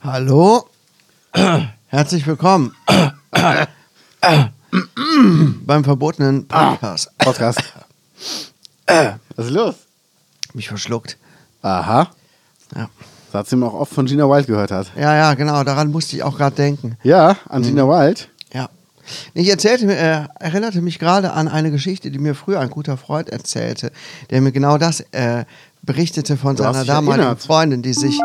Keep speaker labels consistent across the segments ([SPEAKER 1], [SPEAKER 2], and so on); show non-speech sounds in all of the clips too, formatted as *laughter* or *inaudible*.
[SPEAKER 1] Hallo, herzlich willkommen beim verbotenen Podcast.
[SPEAKER 2] Podcast. Was ist los?
[SPEAKER 1] Mich verschluckt.
[SPEAKER 2] Aha.
[SPEAKER 1] Ja.
[SPEAKER 2] Satz, den man auch oft von Gina Wild gehört hat.
[SPEAKER 1] ja, ja, genau, daran musste ich auch gerade denken.
[SPEAKER 2] Ja, an Gina Wild.
[SPEAKER 1] Ja. Ich erzählte, mir- äh, erinnerte mich gerade an eine Geschichte, die mir früher ein guter Freund erzählte, der mir genau das äh, berichtete von
[SPEAKER 2] Du hast
[SPEAKER 1] seiner
[SPEAKER 2] dich
[SPEAKER 1] damaligen
[SPEAKER 2] erinnert.
[SPEAKER 1] Freundin, die sich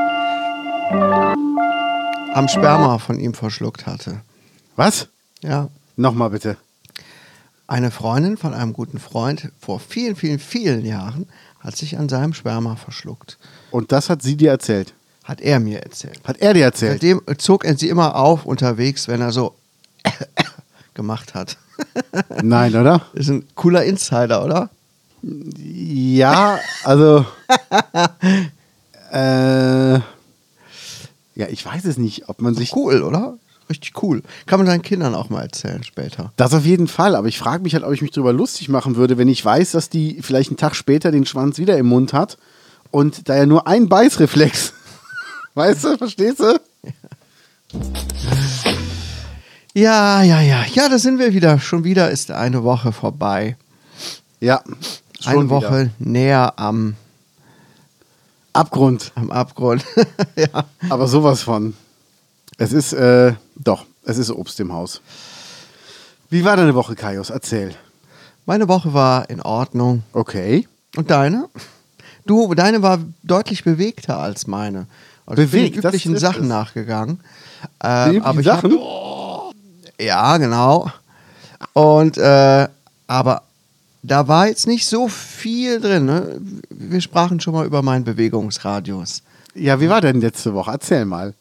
[SPEAKER 1] am Sperma von ihm verschluckt hatte.
[SPEAKER 2] Was?
[SPEAKER 1] Ja.
[SPEAKER 2] Nochmal bitte.
[SPEAKER 1] Eine Freundin von einem guten Freund vor vielen, vielen, vielen Jahren hat sich an seinem Sperma verschluckt.
[SPEAKER 2] Und das hat sie dir erzählt.
[SPEAKER 1] Hat er mir erzählt.
[SPEAKER 2] Hat er dir erzählt?
[SPEAKER 1] Seitdem zog er sie immer auf unterwegs, wenn er so *coughs* gemacht hat. *laughs*
[SPEAKER 2] Nein, oder?
[SPEAKER 1] Ist ein cooler Insider, oder?
[SPEAKER 2] Ja, *laughs* also. äh, ja, ich weiß es nicht, ob man sich.
[SPEAKER 1] Cool, oder? Richtig cool. Kann man seinen Kindern auch mal erzählen später.
[SPEAKER 2] Das auf jeden Fall, aber ich frage mich halt, ob ich mich drüber lustig machen würde, wenn ich weiß, dass die vielleicht einen Tag später den Schwanz wieder im Mund hat und da ja nur ein Beißreflex. *laughs* Weißt du, verstehst du?
[SPEAKER 1] Ja, ja, ja. Ja, da sind wir wieder. Schon wieder ist eine Woche vorbei.
[SPEAKER 2] Ja. schon
[SPEAKER 1] eine Woche
[SPEAKER 2] wieder.
[SPEAKER 1] näher am,
[SPEAKER 2] Abgrund.
[SPEAKER 1] am Abgrund. *laughs* ja.
[SPEAKER 2] Aber sowas von. Es ist, äh, doch, es ist Obst im Haus. Wie war deine Woche, Kaios? Erzähl.
[SPEAKER 1] Meine Woche war in Ordnung.
[SPEAKER 2] Okay.
[SPEAKER 1] Und deine? Du, deine war deutlich bewegter als meine. Also ich
[SPEAKER 2] Bewegt,
[SPEAKER 1] bin den
[SPEAKER 2] das
[SPEAKER 1] üblichen
[SPEAKER 2] trifft
[SPEAKER 1] Sachen
[SPEAKER 2] es.
[SPEAKER 1] nachgegangen.
[SPEAKER 2] Die
[SPEAKER 1] Ähm, aber
[SPEAKER 2] üblichen
[SPEAKER 1] ich hab-
[SPEAKER 2] Sachen?
[SPEAKER 1] ja, genau. Und äh, aber da war jetzt nicht so viel drin. Ne? Wir sprachen schon mal über meinen Bewegungsradius.
[SPEAKER 2] Ja, wie war denn letzte Woche? Erzähl mal.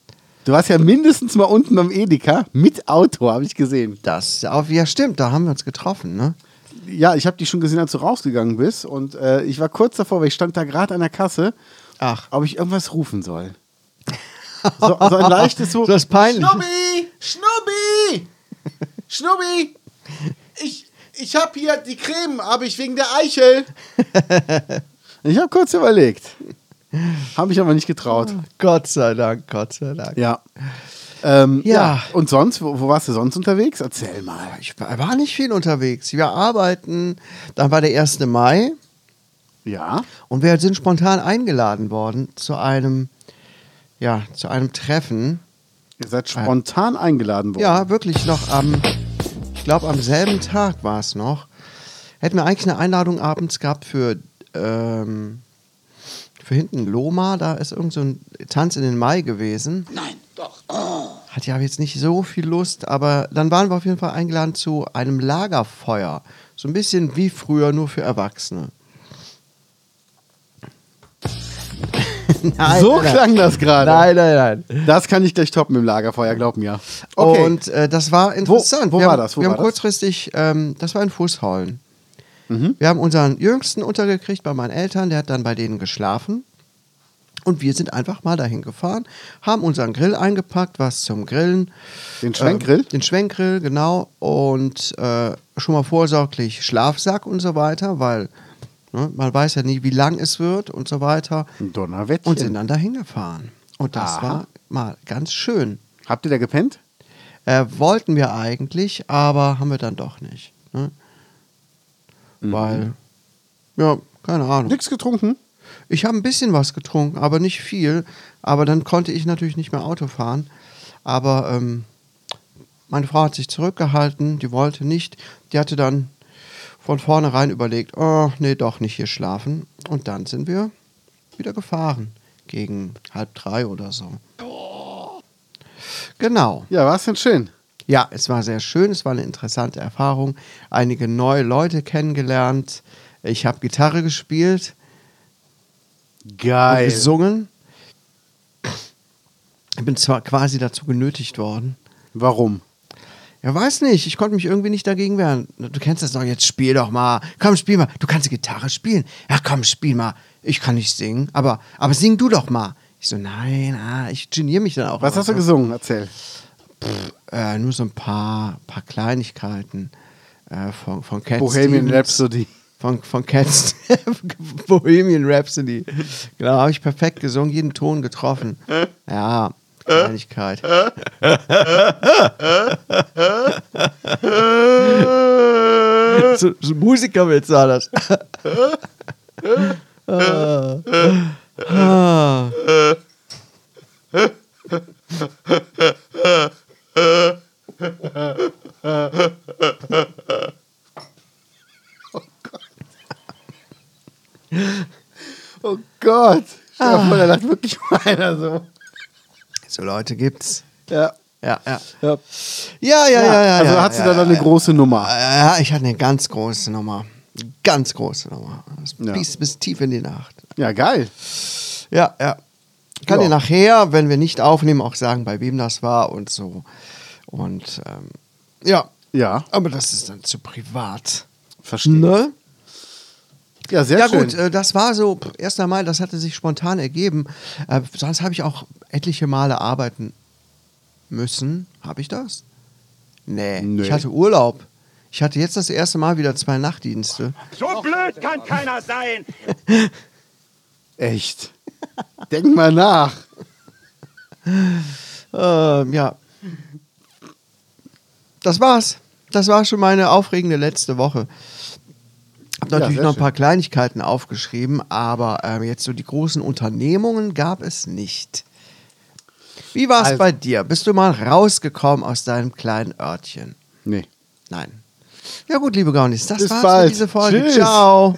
[SPEAKER 2] Du warst ja mindestens mal unten am Edeka mit Auto, habe ich gesehen.
[SPEAKER 1] Das auf, ja stimmt, da haben wir uns getroffen, ne?
[SPEAKER 2] Ja, ich habe dich schon gesehen, als du rausgegangen bist. Und äh, ich war kurz davor, weil ich stand da gerade an der Kasse,
[SPEAKER 1] Ach.
[SPEAKER 2] ob ich irgendwas rufen soll. So, so ein leichtes so.
[SPEAKER 1] So *laughs* das peinliche.
[SPEAKER 2] Schnubbi! Schnubbi! Schnubbi! Ich, ich hab hier die Creme, habe ich wegen der Eichel. Ich habe kurz überlegt. Habe ich aber nicht getraut.
[SPEAKER 1] Gott sei Dank, Gott sei Dank.
[SPEAKER 2] Ja. Ähm, ja.
[SPEAKER 1] Ja.
[SPEAKER 2] Und sonst, wo, wo warst du sonst unterwegs? Erzähl mal.
[SPEAKER 1] Ich war war nicht viel unterwegs. Wir arbeiten. Dann war der 1. Mai.
[SPEAKER 2] Ja.
[SPEAKER 1] Und wir sind spontan eingeladen worden zu einem, ja, zu einem Treffen.
[SPEAKER 2] Ihr seid spontan eingeladen worden.
[SPEAKER 1] Ja, wirklich noch am, ich glaube am selben Tag war es noch. Hätten wir eigentlich eine Einladung abends gehabt für, ähm, für hinten Loma, da ist irgend so ein Tanz in den Mai gewesen. Nein, doch. Hat ja jetzt nicht so viel Lust, aber dann waren wir auf jeden Fall eingeladen zu einem Lagerfeuer. So ein bisschen wie früher, nur für Erwachsene. *laughs* Nein,
[SPEAKER 2] so
[SPEAKER 1] nein, nein.
[SPEAKER 2] klang das gerade.
[SPEAKER 1] Nein, nein, nein.
[SPEAKER 2] Das kann ich gleich toppen im Lagerfeuer, glaub mir. Okay.
[SPEAKER 1] Und äh, das war interessant.
[SPEAKER 2] wo
[SPEAKER 1] wir
[SPEAKER 2] war
[SPEAKER 1] haben,
[SPEAKER 2] das? Wo
[SPEAKER 1] wir
[SPEAKER 2] war
[SPEAKER 1] haben
[SPEAKER 2] das?
[SPEAKER 1] kurzfristig, ähm, das war in Fußhallen.
[SPEAKER 2] Mhm.
[SPEAKER 1] Wir haben unseren Jüngsten untergekriegt bei meinen Eltern, der hat dann bei denen geschlafen. Und wir sind einfach mal dahin gefahren, haben unseren Grill eingepackt, was zum Grillen.
[SPEAKER 2] Den Schwenkgrill?
[SPEAKER 1] Ähm, den Schwenkgrill, genau. Und äh, schon mal vorsorglich Schlafsack und so weiter, weil ne, man weiß ja nie, wie lang es wird und so weiter.
[SPEAKER 2] Ein Donnerwettchen.
[SPEAKER 1] Und sind dann dahin gefahren. Und das
[SPEAKER 2] Hm. Aha.
[SPEAKER 1] war mal ganz schön.
[SPEAKER 2] Habt ihr da gepennt?
[SPEAKER 1] Äh, wollten wir eigentlich, aber haben wir dann doch nicht. Ne? Weil, ja, keine Ahnung.
[SPEAKER 2] Nix getrunken?
[SPEAKER 1] Ich habe ein bisschen was getrunken, aber nicht viel. Aber dann konnte ich natürlich nicht mehr Auto fahren. Aber ähm, meine Frau hat sich zurückgehalten, die wollte nicht. Die hatte dann von vornherein überlegt, oh, nee, doch nicht hier schlafen. Und dann sind wir wieder gefahren. Gegen halb drei oder so. Genau.
[SPEAKER 2] Ja, war's denn schön?
[SPEAKER 1] Ja, es war sehr schön, es war eine interessante Erfahrung. Einige neue Leute kennengelernt. Ich habe Gitarre gespielt. und
[SPEAKER 2] Geil.
[SPEAKER 1] gesungen. Ich bin zwar quasi dazu genötigt worden.
[SPEAKER 2] Warum?
[SPEAKER 1] Ja, weiß nicht. Ich konnte mich irgendwie nicht dagegen wehren. Du kennst das doch. Jetzt spiel doch mal. Komm, spiel mal. Du kannst Gitarre spielen. Ja, komm, spiel mal. Ich kann nicht singen. Aber, aber sing du doch mal. Ich so, nein, ah, ich geniere mich dann auch.
[SPEAKER 2] Was
[SPEAKER 1] immer
[SPEAKER 2] hast du
[SPEAKER 1] so.
[SPEAKER 2] gesungen? Erzähl.
[SPEAKER 1] Äh, nur so ein paar, paar Kleinigkeiten äh, von, von Cat
[SPEAKER 2] Bohemian
[SPEAKER 1] Stevens.
[SPEAKER 2] Rhapsody.
[SPEAKER 1] Von, von Cat Stevens. *laughs* Bohemian Rhapsody. Genau, habe ich perfekt gesungen, jeden Ton getroffen. Ja,
[SPEAKER 2] *laughs*
[SPEAKER 1] Kleinigkeit. so, so ein Musikerwitz war das. ah. Ah.
[SPEAKER 2] Oh Gott. Stell dir
[SPEAKER 1] Ah.
[SPEAKER 2] vor, da lacht wirklich *laughs* mal einer so.
[SPEAKER 1] *laughs* So Leute gibt's.
[SPEAKER 2] Ja.
[SPEAKER 1] Ja, ja.
[SPEAKER 2] ja.
[SPEAKER 1] Ja, ja, ja, ja.
[SPEAKER 2] also
[SPEAKER 1] ja,
[SPEAKER 2] hat sie
[SPEAKER 1] ja,
[SPEAKER 2] da dann
[SPEAKER 1] ja,
[SPEAKER 2] eine
[SPEAKER 1] ja.
[SPEAKER 2] große Nummer.
[SPEAKER 1] Ja, ich hatte eine ganz große Nummer. Ganz große Nummer. Das
[SPEAKER 2] Ja.
[SPEAKER 1] bis, bis tief in die Nacht.
[SPEAKER 2] Ja, geil.
[SPEAKER 1] Ja, ja. Ich kann
[SPEAKER 2] Ja.
[SPEAKER 1] dir nachher, wenn wir nicht aufnehmen, auch sagen, bei wem das war und so. Und ähm, ja.
[SPEAKER 2] Ja.
[SPEAKER 1] Aber das ist dann zu privat.
[SPEAKER 2] Verstehe.
[SPEAKER 1] Ne?
[SPEAKER 2] Ja, sehr
[SPEAKER 1] Ja
[SPEAKER 2] schön.
[SPEAKER 1] gut, äh, das war so, pff, erst einmal, das hatte sich spontan ergeben. Äh, sonst habe ich auch etliche Male arbeiten müssen. Habe ich das? Nee.
[SPEAKER 2] Nee.
[SPEAKER 1] Ich hatte Urlaub. Ich hatte jetzt das erste Mal wieder zwei Nachtdienste.
[SPEAKER 3] So blöd kann keiner sein.
[SPEAKER 2] Echt. Denk mal nach.
[SPEAKER 1] Ähm, ja. Das war's. Das war schon meine aufregende letzte Woche. Hab
[SPEAKER 2] Ja,
[SPEAKER 1] natürlich
[SPEAKER 2] sehr
[SPEAKER 1] noch ein paar
[SPEAKER 2] schön.
[SPEAKER 1] Kleinigkeiten aufgeschrieben, aber ähm, jetzt so die großen Unternehmungen gab es nicht. Wie war's
[SPEAKER 2] Also-
[SPEAKER 1] bei dir? Bist du mal rausgekommen aus deinem kleinen Örtchen?
[SPEAKER 2] Nee.
[SPEAKER 1] Nein. Ja gut, liebe Gaunis, das
[SPEAKER 2] Bis
[SPEAKER 1] war's für
[SPEAKER 2] bald.
[SPEAKER 1] diese Folge.
[SPEAKER 2] Tschüss. *laughs*
[SPEAKER 1] Ciao.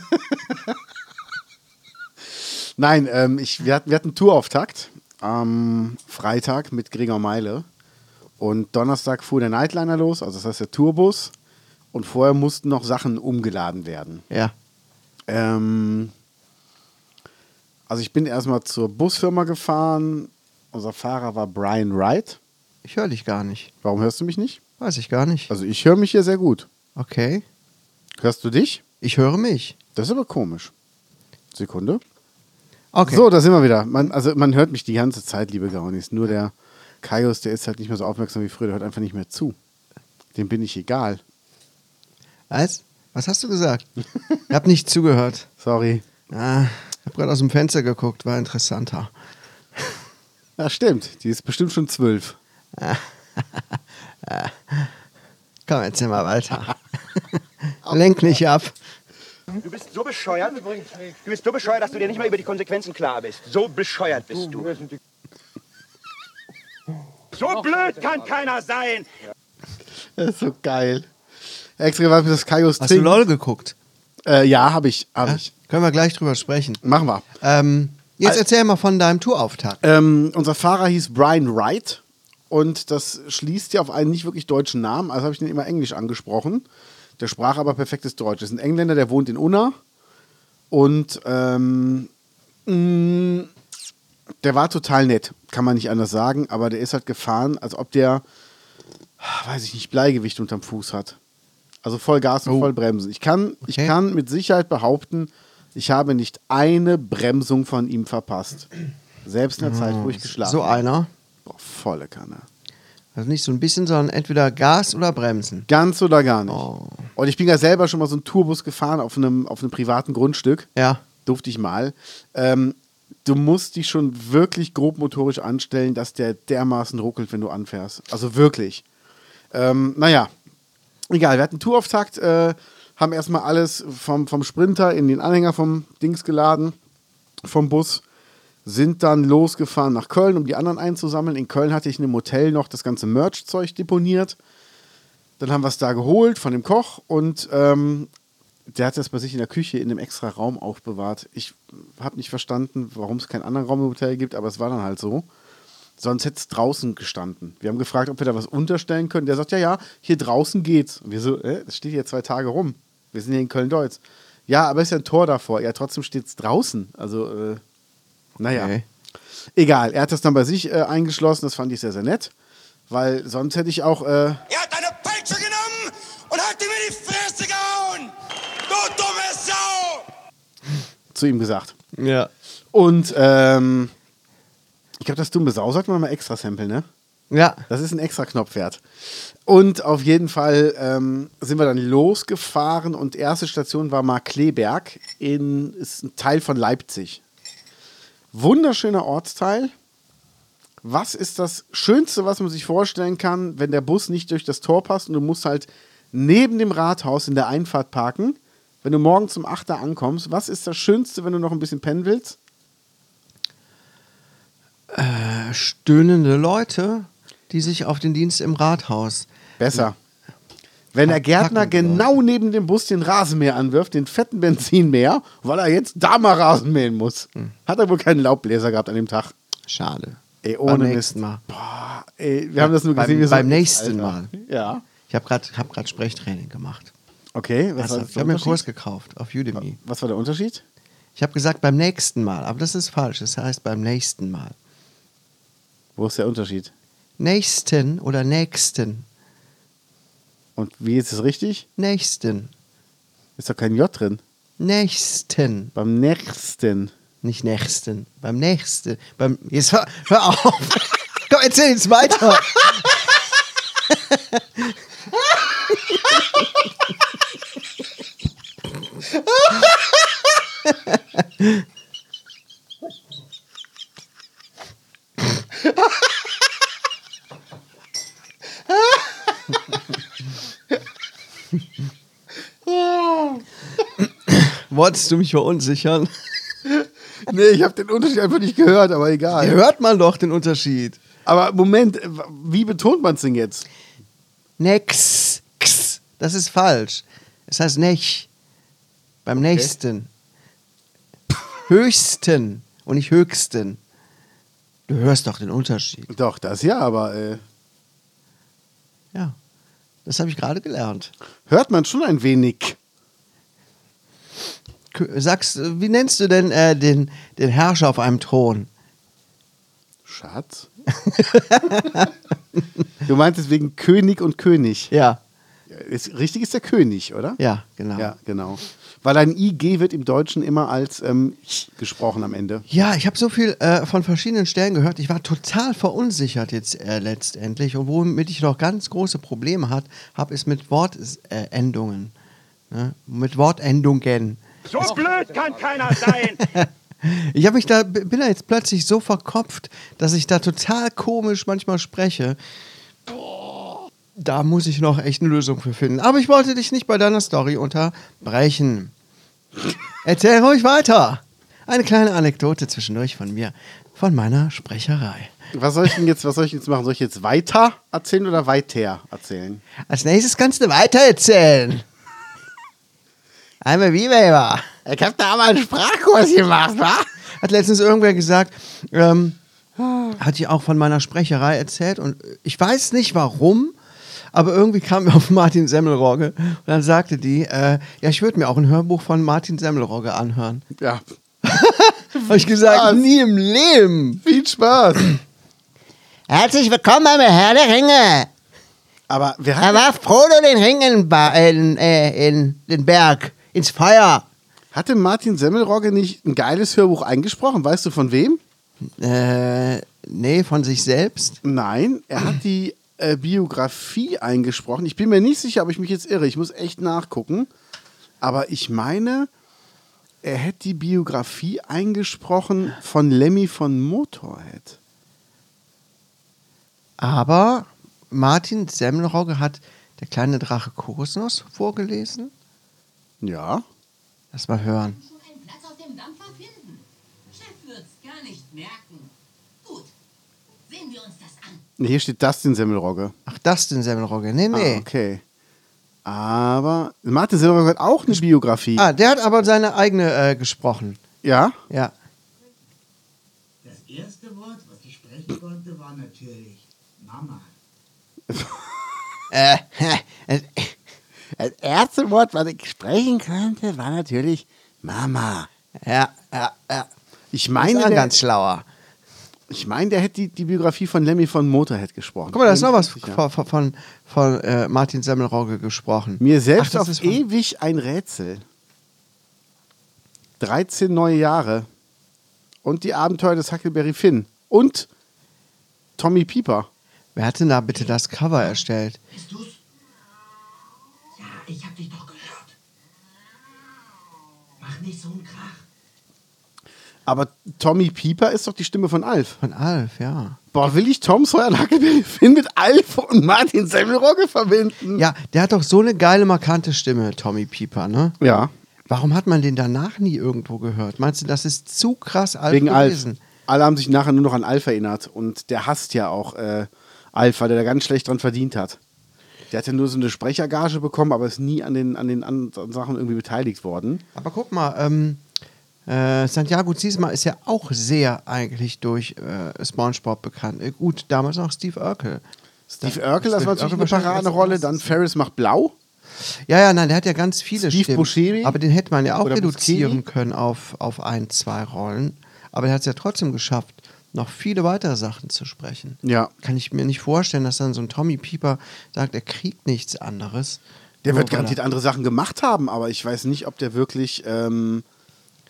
[SPEAKER 2] Nein, ähm, ich, wir, hatten, wir hatten Tourauftakt am Freitag mit Gregor Meile. Und Donnerstag fuhr der Nightliner los, also das heißt der Tourbus. Und vorher mussten noch Sachen umgeladen werden.
[SPEAKER 1] Ja.
[SPEAKER 2] Ähm, also ich bin erstmal zur Busfirma gefahren. Unser Fahrer war Brian Wright.
[SPEAKER 1] Ich höre dich gar nicht.
[SPEAKER 2] Warum hörst du mich nicht?
[SPEAKER 1] Weiß ich gar nicht.
[SPEAKER 2] Also ich höre mich hier sehr gut.
[SPEAKER 1] Okay.
[SPEAKER 2] Hörst du dich?
[SPEAKER 1] Ich höre mich.
[SPEAKER 2] Das ist aber komisch. Sekunde.
[SPEAKER 1] Okay.
[SPEAKER 2] So, da sind wir wieder. Man, also man hört mich die ganze Zeit, liebe Gaunis. Nur der Kaios, der ist halt nicht mehr so aufmerksam wie früher. Der hört einfach nicht mehr zu. Dem bin ich egal.
[SPEAKER 1] Was? Was hast du gesagt? Ich habe nicht zugehört.
[SPEAKER 2] Sorry.
[SPEAKER 1] Ah, ich habe gerade aus dem Fenster geguckt, war interessanter.
[SPEAKER 2] Ja, stimmt. Die ist bestimmt schon zwölf.
[SPEAKER 1] Komm, erzähl mal *laughs* weiter. Lenk nicht ab.
[SPEAKER 3] Du bist so bescheuert. Du bist so bescheuert, dass du dir nicht mal über die Konsequenzen klar bist. So bescheuert bist du. So blöd kann keiner sein.
[SPEAKER 2] Das ist so geil. Extra war mir das Kaios
[SPEAKER 1] Hast du
[SPEAKER 2] trinken.
[SPEAKER 1] LOL geguckt?
[SPEAKER 2] Äh, ja, habe ich. Hab
[SPEAKER 1] Ja?
[SPEAKER 2] ich.
[SPEAKER 1] Können wir gleich drüber sprechen.
[SPEAKER 2] Machen wir.
[SPEAKER 1] Ähm, jetzt erzähl mal von deinem Tourauftakt.
[SPEAKER 2] Ähm, unser Fahrer hieß Brian Wright und das schließt ja auf einen nicht wirklich deutschen Namen, also habe ich den immer Englisch angesprochen. Der sprach aber perfektes Deutsch. Das ist ein Engländer, der wohnt in Unna und ähm, mh, der war total nett, kann man nicht anders sagen, aber der ist halt gefahren, als ob der, weiß ich nicht, Bleigewicht unterm Fuß hat. Also Vollgas und Vollbremsen. Ich kann, ich
[SPEAKER 1] Oh. Okay.
[SPEAKER 2] kann mit Sicherheit behaupten, ich habe nicht eine Bremsung von ihm verpasst. Selbst in der Zeit, wo ich geschlafen
[SPEAKER 1] Mm, So einer.
[SPEAKER 2] Boah, volle Kanne.
[SPEAKER 1] Also nicht so ein bisschen, sondern entweder Gas oder Bremsen.
[SPEAKER 2] Ganz oder gar nicht.
[SPEAKER 1] Oh.
[SPEAKER 2] Und ich bin ja selber schon mal so einen Tourbus gefahren auf einem, auf einem privaten Grundstück.
[SPEAKER 1] Ja.
[SPEAKER 2] Durfte ich mal. Ähm, du musst dich schon wirklich grob motorisch anstellen, dass der dermaßen ruckelt, wenn du anfährst. Also wirklich. Ähm, naja, egal. Wir hatten einen Tourauftakt, äh, haben erstmal alles vom, vom Sprinter in den Anhänger vom Dings geladen, vom Bus. Sind dann losgefahren nach Köln, um die anderen einzusammeln. In Köln hatte ich in einem Hotel noch das ganze Merch-Zeug deponiert. Dann haben wir es da geholt von dem Koch und ähm, der hat das bei sich in der Küche in einem extra Raum aufbewahrt. Ich habe nicht verstanden, warum es keinen anderen Raum im Hotel gibt, aber es war dann halt so. Sonst hätte es draußen gestanden. Wir haben gefragt, ob wir da was unterstellen können. Der sagt, ja, ja, hier draußen geht's. Und wir so, äh, das steht hier zwei Tage rum. Wir sind hier in Köln-Deutz. Ja, aber ist ja ein Tor davor. Ja, trotzdem steht's draußen. Also, äh, Naja.
[SPEAKER 1] Okay.
[SPEAKER 2] Egal, er hat das dann bei sich äh, eingeschlossen, das fand ich sehr, sehr nett. Weil sonst hätte ich auch. Äh,
[SPEAKER 4] Er hat eine Peitsche genommen und hat ihm in die Fresse gehauen. Du dumme Sau!
[SPEAKER 2] zu ihm gesagt.
[SPEAKER 1] Ja.
[SPEAKER 2] Und ähm, ich glaube, das dumme Sau sollten wir mal extra samplen, ne?
[SPEAKER 1] Ja.
[SPEAKER 2] Das ist ein extra Knopf wert. Und auf jeden Fall ähm, sind wir dann losgefahren und erste Station war Markleberg in ist ein Teil von Leipzig. Wunderschöner Ortsteil. Was ist das Schönste, was man sich vorstellen kann, wenn der Bus nicht durch das Tor passt und du musst halt neben dem Rathaus in der Einfahrt parken? Wenn du morgen zum 8. ankommst, was ist das Schönste, wenn du noch ein bisschen pennen willst?
[SPEAKER 1] Äh, Stöhnende Leute, die sich auf den Dienst im Rathaus.
[SPEAKER 2] Besser. Wenn der Gärtner
[SPEAKER 1] Packen, oder?
[SPEAKER 2] genau neben dem Bus den Rasenmäher anwirft, den fetten Benzinmäher, weil er jetzt da mal Rasen mähen muss. Hat er wohl keinen Laubbläser gehabt an dem Tag.
[SPEAKER 1] Schade.
[SPEAKER 2] Ey,
[SPEAKER 1] Beim
[SPEAKER 2] ohne Mist.
[SPEAKER 1] nächsten Mal.
[SPEAKER 2] Boah, ey, wir haben das nur
[SPEAKER 1] Beim-
[SPEAKER 2] gesehen. wir
[SPEAKER 1] beim
[SPEAKER 2] so-
[SPEAKER 1] nächsten Mal.
[SPEAKER 2] Ja.
[SPEAKER 1] Ich habe gerade hab grad Sprechtraining gemacht.
[SPEAKER 2] Okay, was, war
[SPEAKER 1] Also,
[SPEAKER 2] das
[SPEAKER 1] ich habe mir einen Kurs
[SPEAKER 2] Unterschied?
[SPEAKER 1] gekauft auf Udemy.
[SPEAKER 2] was war der Unterschied?
[SPEAKER 1] Ich habe gesagt beim nächsten Mal, aber das ist falsch. Das heißt beim nächsten Mal.
[SPEAKER 2] Wo ist der Unterschied?
[SPEAKER 1] Nächsten oder nächsten.
[SPEAKER 2] Und wie ist es richtig?
[SPEAKER 1] Nächsten.
[SPEAKER 2] Ist doch kein J drin.
[SPEAKER 1] Nächsten.
[SPEAKER 2] Beim nächsten.
[SPEAKER 1] Nicht nächsten. Beim nächsten. Beim. Jetzt hör, hör auf. *laughs* Komm, erzähl jetzt weiter. Wolltest du mich verunsichern?
[SPEAKER 2] Nee, ich habe den Unterschied einfach nicht gehört, aber
[SPEAKER 1] Hier
[SPEAKER 2] egal.
[SPEAKER 1] hört man doch den Unterschied.
[SPEAKER 2] Aber Moment, wie betont man es denn jetzt?
[SPEAKER 1] Nex. X. Das ist falsch. Es heißt nech. Beim nächsten. Höchsten und nicht höchsten. Du hörst doch den Unterschied.
[SPEAKER 2] Doch, das ja, aber äh,
[SPEAKER 1] Ja. Das habe ich gerade gelernt.
[SPEAKER 2] hört man schon ein wenig.
[SPEAKER 1] K- Sagst, äh, wie nennst du denn äh, den, den Herrscher auf einem Thron? *laughs*
[SPEAKER 2] Schatz? du meintest wegen König und König.
[SPEAKER 1] Ja.
[SPEAKER 2] Ist, richtig ist der König, oder?
[SPEAKER 1] Ja, genau.
[SPEAKER 2] Ja, genau. Weil ein IG wird im Deutschen immer als ähm, ich gesprochen am Ende.
[SPEAKER 1] Ja, ich habe so viel äh, von verschiedenen Stellen gehört. Ich war total verunsichert jetzt äh, letztendlich. Und womit ich noch ganz große Probleme hat, habe, ist mit Wortendungen. Äh, Endungen. ne? Mit Wortendungen.
[SPEAKER 3] So blöd kann keiner sein.
[SPEAKER 1] Ich habe mich da, b- bin da jetzt plötzlich so verkopft, dass ich da total komisch manchmal spreche. Boah, Da muss ich noch echt eine Lösung für finden. Aber ich wollte dich nicht bei deiner Story unterbrechen. Erzähl ruhig weiter. Eine kleine Anekdote zwischendurch von mir, von meiner Sprecherei.
[SPEAKER 2] Was soll ich denn jetzt, was soll ich jetzt machen? Soll ich jetzt weiter erzählen oder weiter erzählen?
[SPEAKER 1] Als nächstes kannst du weitererzählen. Einmal wie Weber.
[SPEAKER 2] Ich hab da mal einen Sprachkurs gemacht, wa?
[SPEAKER 1] Hat letztens irgendwer gesagt, ähm, hatte ich auch von meiner Sprecherei erzählt und ich weiß nicht warum, aber irgendwie kamen wir auf Martin Semmelrogge und dann sagte die, äh, ja, ich würde mir auch ein Hörbuch von Martin Semmelrogge anhören.
[SPEAKER 2] Ja.
[SPEAKER 1] Habe ich gesagt,
[SPEAKER 2] Was?
[SPEAKER 1] nie im Leben.
[SPEAKER 2] Viel Spaß.
[SPEAKER 1] *clears throat* Herzlich willkommen beim Herr der Ringe.
[SPEAKER 2] Aber wir
[SPEAKER 1] Da
[SPEAKER 2] hatten,
[SPEAKER 1] war Frodo den Ring in, äh, den Berg, ins Feuer.
[SPEAKER 2] hatte Martin Semmelrogge nicht ein geiles Hörbuch eingesprochen? Weißt du von wem?
[SPEAKER 1] Äh, nee, von sich selbst.
[SPEAKER 2] Nein, er hat die äh, Biografie eingesprochen. Ich bin mir nicht sicher, ob ich mich jetzt irre. Ich muss echt nachgucken. Aber ich meine, er hätte die Biografie eingesprochen von Lemmy von Motorhead.
[SPEAKER 1] Aber Martin Semmelrogge hat Der kleine Drache Kokosnuss vorgelesen.
[SPEAKER 2] Ja.
[SPEAKER 1] Lass mal hören.
[SPEAKER 5] schon einen Platz auf dem Dampfer finden. Chef wird's gar nicht merken. Gut, sehen wir uns das an.
[SPEAKER 2] Nee, Hier steht Dustin Semmelrogge.
[SPEAKER 1] Ach, das den Semmelrogge. Nee, nee.
[SPEAKER 2] Ah,
[SPEAKER 1] Ah,
[SPEAKER 2] okay. Aber Martin Semmelrogge hat auch eine Biografie.
[SPEAKER 1] Ah, der hat aber seine eigene äh, gesprochen.
[SPEAKER 2] Ja?
[SPEAKER 1] Ja.
[SPEAKER 6] Das erste Wort, was ich sprechen konnte, war natürlich Mama.
[SPEAKER 1] Äh, äh,
[SPEAKER 6] Das erste Wort, was ich sprechen konnte, war natürlich Mama.
[SPEAKER 1] ja, ja, ja.
[SPEAKER 2] Ich
[SPEAKER 1] Ist
[SPEAKER 2] meine,
[SPEAKER 1] ein
[SPEAKER 2] der,
[SPEAKER 1] ganz schlauer.
[SPEAKER 2] ich meine, der hätte die, die Biografie von Lemmy von Motorhead gesprochen.
[SPEAKER 1] Guck mal, da ist noch was
[SPEAKER 2] Sicher.
[SPEAKER 1] von, von, von, von äh, Martin Semmelrogge gesprochen.
[SPEAKER 2] Mir selbst
[SPEAKER 1] das
[SPEAKER 2] auf E
[SPEAKER 1] ist von-
[SPEAKER 2] ewig ein Rätsel. 13 neue Jahre und die Abenteuer des Huckleberry Finn und Tommy Pieper.
[SPEAKER 1] Wer hat denn da bitte das Cover erstellt?
[SPEAKER 6] Bist du's? Ja, ich hab dich doch gehört. Mach nicht so einen Krach.
[SPEAKER 2] Aber Tommy Pieper ist doch die Stimme von Alf.
[SPEAKER 1] Von Alf, ja.
[SPEAKER 2] Boah, will ich Tom Sawyer und Huckleberry Finn mit Alf und Martin Semmelrogge verbinden?
[SPEAKER 1] Ja, der hat doch so eine geile, markante Stimme, Tommy Pieper, ne?
[SPEAKER 2] Ja,
[SPEAKER 1] Warum hat man den danach nie irgendwo gehört? Meinst du, das ist zu krass Alf
[SPEAKER 2] wegen Alf.
[SPEAKER 1] gewesen?
[SPEAKER 2] Alle haben sich nachher nur noch an Alf erinnert und der hasst ja auch äh, Alf, weil der da ganz schlecht dran verdient hat. Der hat ja nur so eine Sprechergage bekommen, aber ist nie an den, an den anderen Sachen irgendwie beteiligt worden.
[SPEAKER 1] Aber guck mal, ähm, äh, Santiago Ziesma ist ja auch sehr eigentlich durch äh, SpongeBob bekannt. Äh, gut, damals noch Steve Urkel.
[SPEAKER 2] Steve
[SPEAKER 1] Da-
[SPEAKER 2] Urkel, das
[SPEAKER 1] Steve
[SPEAKER 2] war natürlich eine
[SPEAKER 1] Urkel wahrscheinlich
[SPEAKER 2] Paraderolle.
[SPEAKER 1] als
[SPEAKER 2] Dann
[SPEAKER 1] erstes.
[SPEAKER 2] Ferris macht blau.
[SPEAKER 1] Ja, ja, nein, der hat ja ganz viele
[SPEAKER 2] Steve
[SPEAKER 1] Stimmen.
[SPEAKER 2] Buscemi?
[SPEAKER 1] Aber den hätte man ja auch
[SPEAKER 2] Oder
[SPEAKER 1] reduzieren
[SPEAKER 2] Buscemi?
[SPEAKER 1] können auf, auf ein, zwei Rollen. Aber der hat es ja trotzdem geschafft, noch viele weitere Sachen zu sprechen.
[SPEAKER 2] Ja.
[SPEAKER 1] Kann ich mir nicht vorstellen, dass dann so ein Tommy Pieper sagt, er kriegt nichts anderes.
[SPEAKER 2] Der
[SPEAKER 1] Nur
[SPEAKER 2] wird
[SPEAKER 1] weil er-
[SPEAKER 2] garantiert andere Sachen gemacht haben, aber ich weiß nicht, ob der wirklich. Ähm,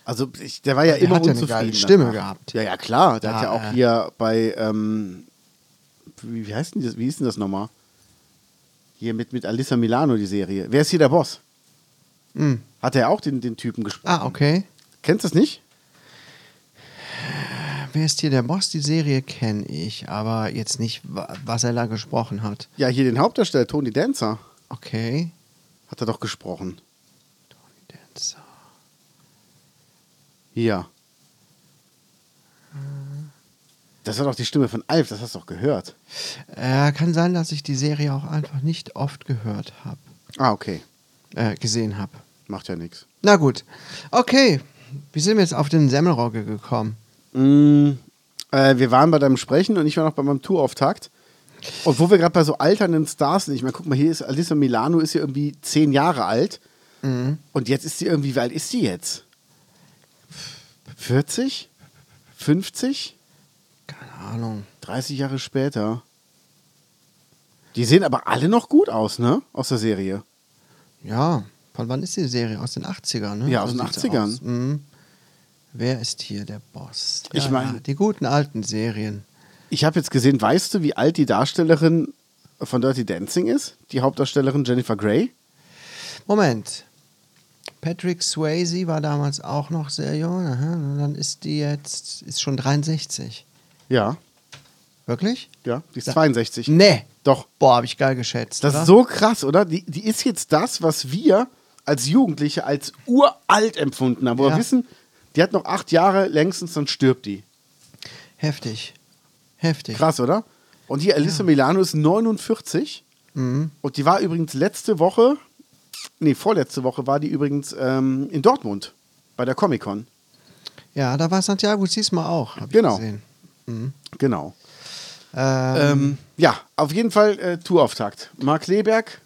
[SPEAKER 2] also, ich, der war ja
[SPEAKER 1] Der
[SPEAKER 2] immer
[SPEAKER 1] hat ja eine
[SPEAKER 2] unzufrieden.
[SPEAKER 1] geile Stimme
[SPEAKER 2] danach.
[SPEAKER 1] gehabt.
[SPEAKER 2] Ja, ja, klar. Der
[SPEAKER 1] Da,
[SPEAKER 2] hat ja auch
[SPEAKER 1] äh,
[SPEAKER 2] hier bei. Ähm, wie, wie heißt denn das? Wie ist denn das nochmal? Hier mit, mit Alyssa Milano, die Serie. Wer ist hier der Boss?
[SPEAKER 1] Hm.
[SPEAKER 2] Hat er auch den, den Typen gesprochen?
[SPEAKER 1] Ah, okay.
[SPEAKER 2] Kennst du das nicht?
[SPEAKER 1] Wer ist hier der Boss? Die Serie kenne ich, aber jetzt nicht, wa- was er da gesprochen hat.
[SPEAKER 2] Ja, hier den Hauptdarsteller, Tony Dancer,
[SPEAKER 1] Okay.
[SPEAKER 2] hat er doch gesprochen.
[SPEAKER 1] Dancer.
[SPEAKER 2] Hier.
[SPEAKER 1] Äh.
[SPEAKER 2] Das war doch die Stimme von Alf, das hast du doch gehört.
[SPEAKER 1] Äh, kann sein, dass ich die Serie auch einfach nicht oft gehört habe,
[SPEAKER 2] Ah, okay.
[SPEAKER 1] äh, gesehen habe.
[SPEAKER 2] Macht ja nichts.
[SPEAKER 1] Na gut. Okay. Wie sind wir jetzt auf den Semmelrogge gekommen?
[SPEAKER 2] Mm, äh, wir waren bei deinem Sprechen und ich war noch bei meinem Tourauftakt. Und wo wir gerade bei so alternden Stars sind, ich meine, guck mal, hier ist Alissa Milano, ist ja irgendwie zehn Jahre alt. Und jetzt ist sie irgendwie, wie alt ist sie jetzt? 40? 50?
[SPEAKER 1] Keine Ahnung.
[SPEAKER 2] 30 Jahre später. Die sehen aber alle noch gut aus, ne? Aus der Serie.
[SPEAKER 1] Ja. Von wann ist die Serie? Aus den 80ern, ne?
[SPEAKER 2] Ja, aus den
[SPEAKER 1] sieht's
[SPEAKER 2] 80ern.
[SPEAKER 1] aus. Mhm. Wer ist hier der Boss?
[SPEAKER 2] Ich mein-
[SPEAKER 1] ja, die guten alten Serien.
[SPEAKER 2] Ich habe jetzt gesehen, weißt du, wie alt die Darstellerin von Dirty Dancing ist? Die Hauptdarstellerin Jennifer Grey?
[SPEAKER 1] Moment. Patrick Swayze war damals auch noch sehr jung. Aha. Und dann ist die jetzt, ist schon 63.
[SPEAKER 2] Ja.
[SPEAKER 1] Wirklich?
[SPEAKER 2] Ja, die ist
[SPEAKER 1] Ja.
[SPEAKER 2] 62.
[SPEAKER 1] Nee.
[SPEAKER 2] Doch.
[SPEAKER 1] Boah, hab ich geil geschätzt.
[SPEAKER 2] Das
[SPEAKER 1] oder?
[SPEAKER 2] ist so krass, oder? Die, die ist jetzt das, was wir als Jugendliche als uralt empfunden haben. Wo
[SPEAKER 1] Ja.
[SPEAKER 2] wir wissen, die hat noch acht Jahre längstens, dann stirbt die.
[SPEAKER 1] Heftig. Heftig.
[SPEAKER 2] Krass, oder? Und die Alyssa Milano ist 49.
[SPEAKER 1] Mhm.
[SPEAKER 2] Und die war übrigens letzte Woche, nee, vorletzte Woche war die übrigens ähm, in Dortmund bei der Comic-Con.
[SPEAKER 1] Ja, da war Santiago Ziesma auch. Hab ich
[SPEAKER 2] Genau.
[SPEAKER 1] Gesehen.
[SPEAKER 2] Genau.
[SPEAKER 1] Ähm,
[SPEAKER 2] Ähm, ja, auf jeden Fall äh, Tourauftakt. Marc Leberg,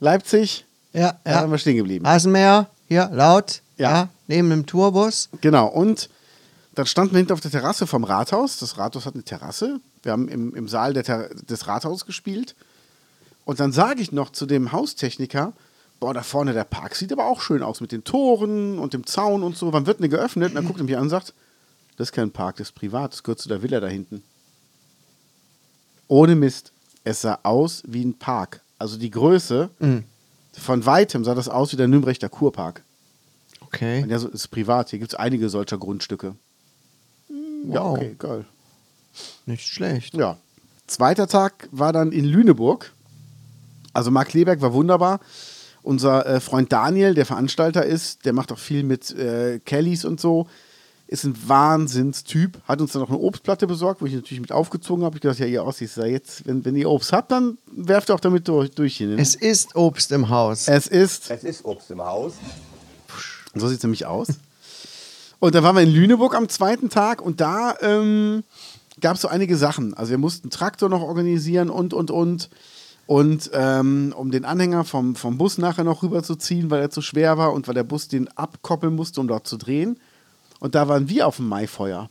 [SPEAKER 2] Leipzig,
[SPEAKER 1] ja,
[SPEAKER 2] da sind
[SPEAKER 1] ja.
[SPEAKER 2] wir stehen geblieben.
[SPEAKER 1] Rasenmäher, hier, laut, ja.
[SPEAKER 2] Ja.
[SPEAKER 1] neben dem Tourbus.
[SPEAKER 2] Genau, und dann standen wir hinten auf der Terrasse vom Rathaus. Das Rathaus hat eine Terrasse. Wir haben im, im Saal der Ter des Rathauses gespielt. Und dann sage ich noch zu dem Haustechniker, boah, da vorne der Park sieht aber auch schön aus mit den Toren und dem Zaun und so. Wann wird denn der geöffnet? Und dann guckt er mich an und sagt, das ist kein Park, das ist privat, das gehört zu der Villa da hinten. Ohne Mist, es sah aus wie ein Park. Also die Größe, von weitem sah das aus wie der Nürnberger Kurpark.
[SPEAKER 1] Okay.
[SPEAKER 2] Und ja, so ist privat. Hier gibt es einige solcher Grundstücke. Ja,
[SPEAKER 1] Wow.
[SPEAKER 2] okay, geil.
[SPEAKER 1] Nicht schlecht.
[SPEAKER 2] Ja. Zweiter Tag war dann in Lüneburg. Also Marc Kleberg war wunderbar. Unser äh, Freund Daniel, der Veranstalter ist, der macht auch viel mit äh, Kellys und so, ist ein Wahnsinnstyp. Hat uns dann noch eine Obstplatte besorgt, wo ich natürlich mit aufgezogen habe. Ich dachte, ja, ihr Ossis, ja, jetzt, wenn, wenn ihr Obst habt, dann werft ihr auch damit durch. durch hier, ne?
[SPEAKER 1] Es ist Obst im Haus.
[SPEAKER 2] es ist
[SPEAKER 7] Es ist Obst im Haus.
[SPEAKER 2] So sieht es nämlich aus. Und dann waren wir in Lüneburg am zweiten Tag und da ähm, gab es so einige Sachen. Also wir mussten einen Traktor noch organisieren und, und, und. Und ähm, um den Anhänger vom, vom Bus nachher noch rüberzuziehen, weil er zu schwer war und weil der Bus den abkoppeln musste, um dort zu drehen. Und da waren wir auf dem Maifeuer.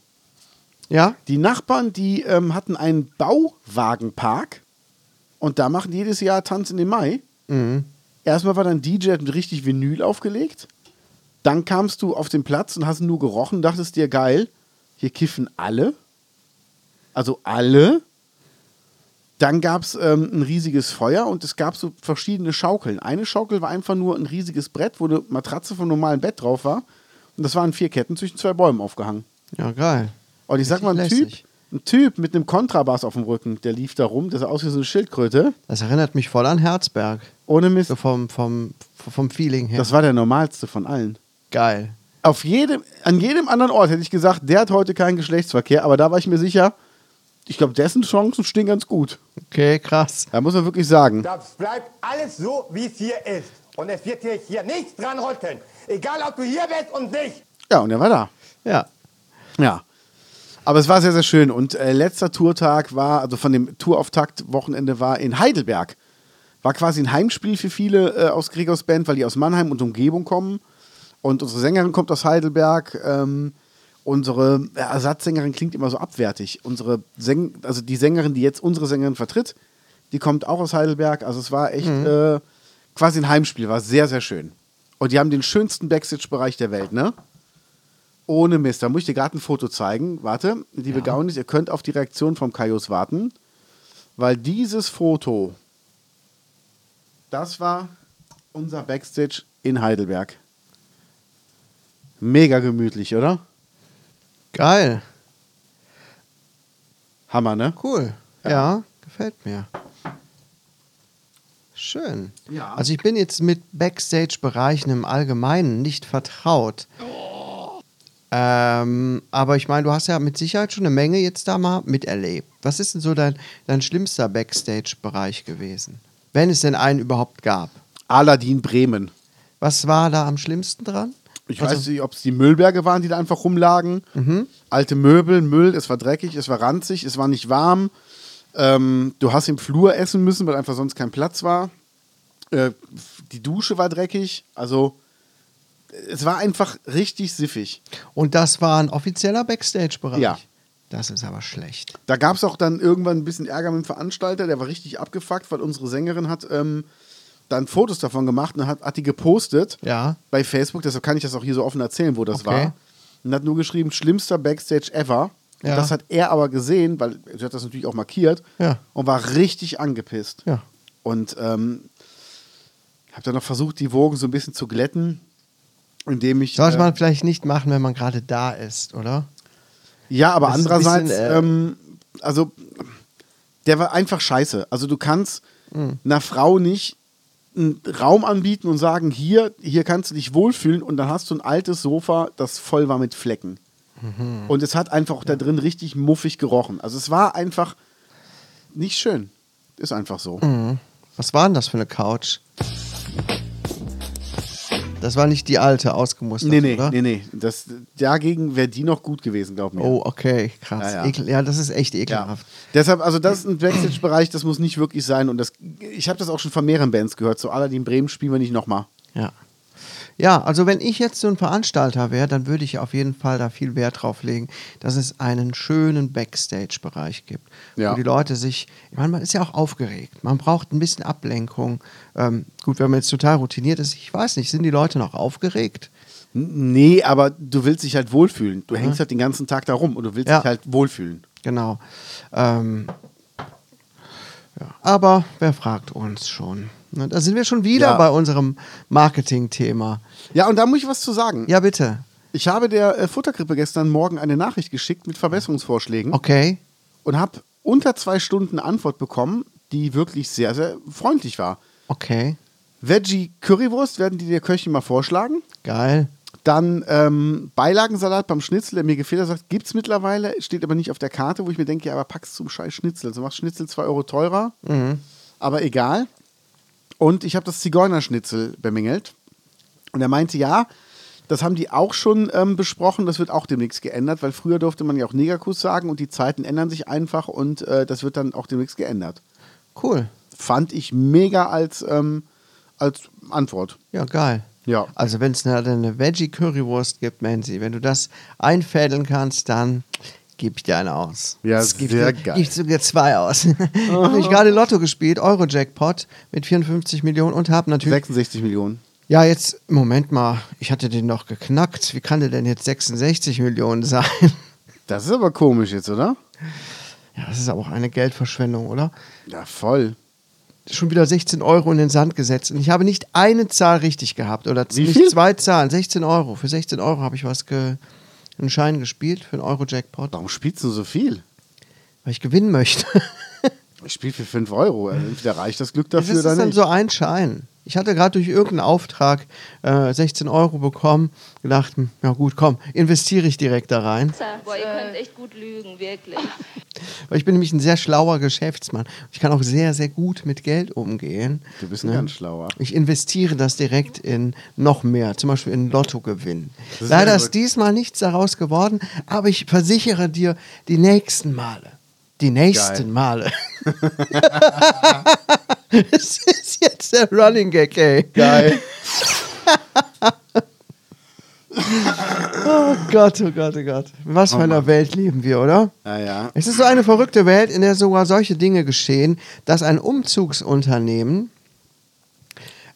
[SPEAKER 1] Ja?
[SPEAKER 2] Die Nachbarn, die ähm, hatten einen Bauwagenpark und da machen die jedes Jahr Tanz in den Mai. Erstmal war dann DJ hat richtig Vinyl aufgelegt. Dann kamst du auf den Platz und hast nur gerochen, dachtest dir geil, hier kiffen alle. Also alle. Dann gab es ähm, ein riesiges Feuer und es gab so verschiedene Schaukeln. Eine Schaukel war einfach nur ein riesiges Brett, wo eine Matratze vom normalen Bett drauf war. Und das waren vier Ketten zwischen zwei Bäumen aufgehangen.
[SPEAKER 1] Ja, geil.
[SPEAKER 2] Und ich sag mal, ein
[SPEAKER 1] Richtig
[SPEAKER 2] Typ,
[SPEAKER 1] lässig.
[SPEAKER 2] ein typ mit einem Kontrabass auf dem Rücken, der lief da rum, der sah aus wie so eine Schildkröte.
[SPEAKER 1] Das erinnert mich voll an Herzberg.
[SPEAKER 2] Ohne Mist.
[SPEAKER 1] So vom, vom, vom Feeling her.
[SPEAKER 2] Das war der normalste von allen.
[SPEAKER 1] geil.
[SPEAKER 2] Auf jedem, an jedem anderen Ort hätte ich gesagt, der hat heute keinen Geschlechtsverkehr, aber da war ich mir sicher, ich glaube, dessen Chancen stehen ganz gut.
[SPEAKER 1] Okay, krass.
[SPEAKER 2] Da muss man wirklich sagen.
[SPEAKER 7] Das bleibt alles so, wie es hier ist. Und es wird hier, hier nichts dran rütteln. Egal, ob du hier bist und nicht.
[SPEAKER 2] Ja, und er war da.
[SPEAKER 1] Ja.
[SPEAKER 2] Ja. Aber es war sehr, sehr schön. Und äh, letzter Tourtag war, also von dem Tourauftakt-Wochenende war in Heidelberg. War quasi ein Heimspiel für viele äh, aus Gregors Band, weil die aus Mannheim und Umgebung kommen. Und unsere Sängerin kommt aus Heidelberg. Ähm, unsere äh, Ersatzsängerin klingt immer so abwertig. Unsere Säng also die Sängerin, die jetzt unsere Sängerin vertritt, die kommt auch aus Heidelberg. Also es war echt äh, quasi ein Heimspiel, war sehr, sehr schön. Und die haben den schönsten Backstage-Bereich der Welt, ne? Ohne Mist, da muss ich dir gerade ein Foto zeigen. Warte, liebe Gaunis, ihr könnt auf die Reaktion vom Kaius warten, weil dieses Foto, das war unser Backstage in Heidelberg. Mega gemütlich, oder?
[SPEAKER 1] Geil.
[SPEAKER 2] Hammer, ne?
[SPEAKER 1] Cool. Ja, gefällt mir. Schön.
[SPEAKER 2] Ja.
[SPEAKER 1] Also ich bin jetzt mit Backstage-Bereichen im Allgemeinen nicht vertraut.
[SPEAKER 2] Oh.
[SPEAKER 1] Ähm, aber ich meine, du hast ja mit Sicherheit schon eine Menge jetzt da mal miterlebt. Was ist denn so dein, dein schlimmster Backstage-Bereich gewesen? Wenn es denn einen überhaupt gab.
[SPEAKER 2] Aladin Bremen.
[SPEAKER 1] Was war da am schlimmsten dran?
[SPEAKER 2] Ich weiß nicht, ob es die Müllberge waren, die da einfach rumlagen. Alte Möbel, Müll, es war dreckig, es war ranzig, es war nicht warm. Ähm, du hast im Flur essen müssen, weil einfach sonst kein Platz war. Äh, die Dusche war dreckig. Also, es war einfach richtig siffig.
[SPEAKER 1] Und das war ein offizieller Backstage-Bereich.
[SPEAKER 2] Ja.
[SPEAKER 1] Das ist aber schlecht.
[SPEAKER 2] Da gab es auch dann irgendwann ein bisschen Ärger mit dem Veranstalter, der war richtig abgefuckt, weil unsere Sängerin hat ähm, dann Fotos davon gemacht und hat, hat die gepostet
[SPEAKER 1] Ja.
[SPEAKER 2] bei Facebook, deshalb kann ich das auch hier so offen erzählen, wo das
[SPEAKER 1] Okay.
[SPEAKER 2] war. Und hat nur geschrieben, schlimmster Backstage ever. Und
[SPEAKER 1] Ja.
[SPEAKER 2] das hat er aber gesehen, weil sie hat das natürlich auch markiert
[SPEAKER 1] Ja.
[SPEAKER 2] und war richtig angepisst.
[SPEAKER 1] Ja.
[SPEAKER 2] Und ähm, habe dann noch versucht, die Wogen so ein bisschen zu glätten, indem ich.
[SPEAKER 1] Sollte
[SPEAKER 2] äh,
[SPEAKER 1] man vielleicht nicht machen, wenn man gerade da ist, oder?
[SPEAKER 2] Ja, aber
[SPEAKER 1] Das ist ein
[SPEAKER 2] andererseits,
[SPEAKER 1] bisschen, äh,
[SPEAKER 2] ähm, also der war einfach scheiße. Also du kannst
[SPEAKER 1] Hm.
[SPEAKER 2] einer Frau nicht einen Raum anbieten und sagen, hier, hier kannst du dich wohlfühlen und dann hast du ein altes Sofa, das voll war mit Flecken.
[SPEAKER 1] Mhm.
[SPEAKER 2] Und es hat einfach auch da drin richtig muffig gerochen. Also es war einfach nicht schön. Ist einfach so.
[SPEAKER 1] Hm, Was war denn das für eine Couch? Das war nicht die alte, ausgemustert,
[SPEAKER 2] Nee, nee,
[SPEAKER 1] oder?
[SPEAKER 2] nee, nee. Das, dagegen wäre die noch gut gewesen, glaube ich.
[SPEAKER 1] Oh, okay, krass.
[SPEAKER 2] Ja,
[SPEAKER 1] Ja,
[SPEAKER 2] ja.
[SPEAKER 1] Ekel, ja das ist echt
[SPEAKER 2] Ja.
[SPEAKER 1] ekelhaft.
[SPEAKER 2] Deshalb, also das ist ein Backstage-Bereich, das muss nicht wirklich sein. Und das, ich habe das auch schon von mehreren Bands gehört. So Aladdin Bremen spielen wir nicht nochmal.
[SPEAKER 1] Ja. Ja, also wenn ich jetzt so ein Veranstalter wäre, dann würde ich auf jeden Fall da viel Wert drauf legen, dass es einen schönen Backstage-Bereich gibt,
[SPEAKER 2] Ja.
[SPEAKER 1] wo die Leute sich, ich meine, man ist ja auch aufgeregt, man braucht ein bisschen Ablenkung. Ähm, gut, wenn man jetzt total routiniert ist, ich weiß nicht, sind die Leute noch aufgeregt?
[SPEAKER 2] N- Nee, aber du willst dich halt wohlfühlen. Du hängst halt den ganzen Tag da rum und du willst
[SPEAKER 1] Ja.
[SPEAKER 2] dich halt wohlfühlen.
[SPEAKER 1] Genau. Ähm, ja. Aber wer fragt uns schon? Ne, Da sind wir schon wieder
[SPEAKER 2] Ja.
[SPEAKER 1] bei unserem Marketing-Thema.
[SPEAKER 2] Ja, und da muss ich was zu sagen.
[SPEAKER 1] Ja, bitte.
[SPEAKER 2] Ich habe der äh, Futterkrippe gestern Morgen eine Nachricht geschickt mit Verbesserungsvorschlägen
[SPEAKER 1] Okay.
[SPEAKER 2] und habe unter zwei Stunden Antwort bekommen, die wirklich sehr, sehr freundlich war.
[SPEAKER 1] Okay.
[SPEAKER 2] Veggie Currywurst werden die der Köchin mal vorschlagen.
[SPEAKER 1] Geil.
[SPEAKER 2] Dann ähm, Beilagensalat beim Schnitzel, der mir gefehlt hat, sagt, gibt's mittlerweile, steht aber nicht auf der Karte, wo ich mir denke, ja, aber pack's zum scheiß Schnitzel. Also machst Schnitzel 2 Euro teurer, aber egal. Und ich habe das Zigeunerschnitzel bemängelt. Und er meinte, ja, das haben die auch schon ähm, besprochen, das wird auch demnächst geändert, weil früher durfte man ja auch Negerkuss sagen und die Zeiten ändern sich einfach und äh, das wird dann auch demnächst geändert.
[SPEAKER 1] Cool.
[SPEAKER 2] Fand ich mega als, ähm, als Antwort.
[SPEAKER 1] Ja, geil.
[SPEAKER 2] Ja.
[SPEAKER 1] Also wenn es eine, eine Veggie-Currywurst gibt, Mansi, wenn du das einfädeln kannst, dann gebe ich dir eine aus.
[SPEAKER 2] Ja,
[SPEAKER 1] Das gibt
[SPEAKER 2] sehr
[SPEAKER 1] dir,
[SPEAKER 2] geil.
[SPEAKER 1] Ich sogar zwei aus. *laughs* ich habe nämlich gerade Lotto gespielt, Euro-Jackpot mit 54 Millionen und habe natürlich...
[SPEAKER 2] 66 Millionen.
[SPEAKER 1] Ja, jetzt, Moment mal, ich hatte den noch geknackt. Wie kann der denn jetzt 66 Millionen sein? *laughs*
[SPEAKER 2] Das ist aber komisch jetzt, oder?
[SPEAKER 1] Ja, das ist aber auch eine Geldverschwendung, oder?
[SPEAKER 2] Ja, voll.
[SPEAKER 1] schon wieder 16 Euro in den Sand gesetzt und ich habe nicht eine Zahl richtig gehabt oder
[SPEAKER 2] Wie
[SPEAKER 1] nicht
[SPEAKER 2] viel?
[SPEAKER 1] zwei Zahlen. 16 Euro. Für 16 Euro habe ich was ge einen Schein gespielt für einen Euro-Jackpot,
[SPEAKER 2] Warum spielst du so viel?
[SPEAKER 1] weil ich gewinnen möchte. *laughs*
[SPEAKER 2] Ich spiele für 5 Euro. Also Entweder reicht das Glück
[SPEAKER 1] Das
[SPEAKER 2] dafür
[SPEAKER 1] ist
[SPEAKER 2] oder
[SPEAKER 1] dann
[SPEAKER 2] nicht.
[SPEAKER 1] so ein Schein. Ich hatte gerade durch irgendeinen Auftrag äh, 16 Euro bekommen, gedacht, hm, ja gut, komm, investiere ich direkt da rein.
[SPEAKER 8] Boah, ihr könnt echt gut lügen, wirklich.
[SPEAKER 1] Weil ich bin nämlich ein sehr schlauer Geschäftsmann. Ich kann auch sehr, sehr gut mit Geld umgehen.
[SPEAKER 2] Du bist ein ganz schlauer.
[SPEAKER 1] Ich investiere das direkt in noch mehr, zum Beispiel in Lottogewinn.
[SPEAKER 2] ist
[SPEAKER 1] Leider
[SPEAKER 2] sehr
[SPEAKER 1] ist
[SPEAKER 2] gut.
[SPEAKER 1] diesmal nichts daraus geworden, aber ich versichere dir, die nächsten Male. Die nächsten
[SPEAKER 2] Geil. *laughs*
[SPEAKER 1] Male. Es ist jetzt der Running Gag, ey.
[SPEAKER 2] Geil.
[SPEAKER 1] Oh Gott, oh Gott, oh Gott. In was für einer Welt leben wir, oder?
[SPEAKER 2] Ja, ja.
[SPEAKER 1] Es ist so eine verrückte Welt, in der sogar solche Dinge geschehen, dass ein Umzugsunternehmen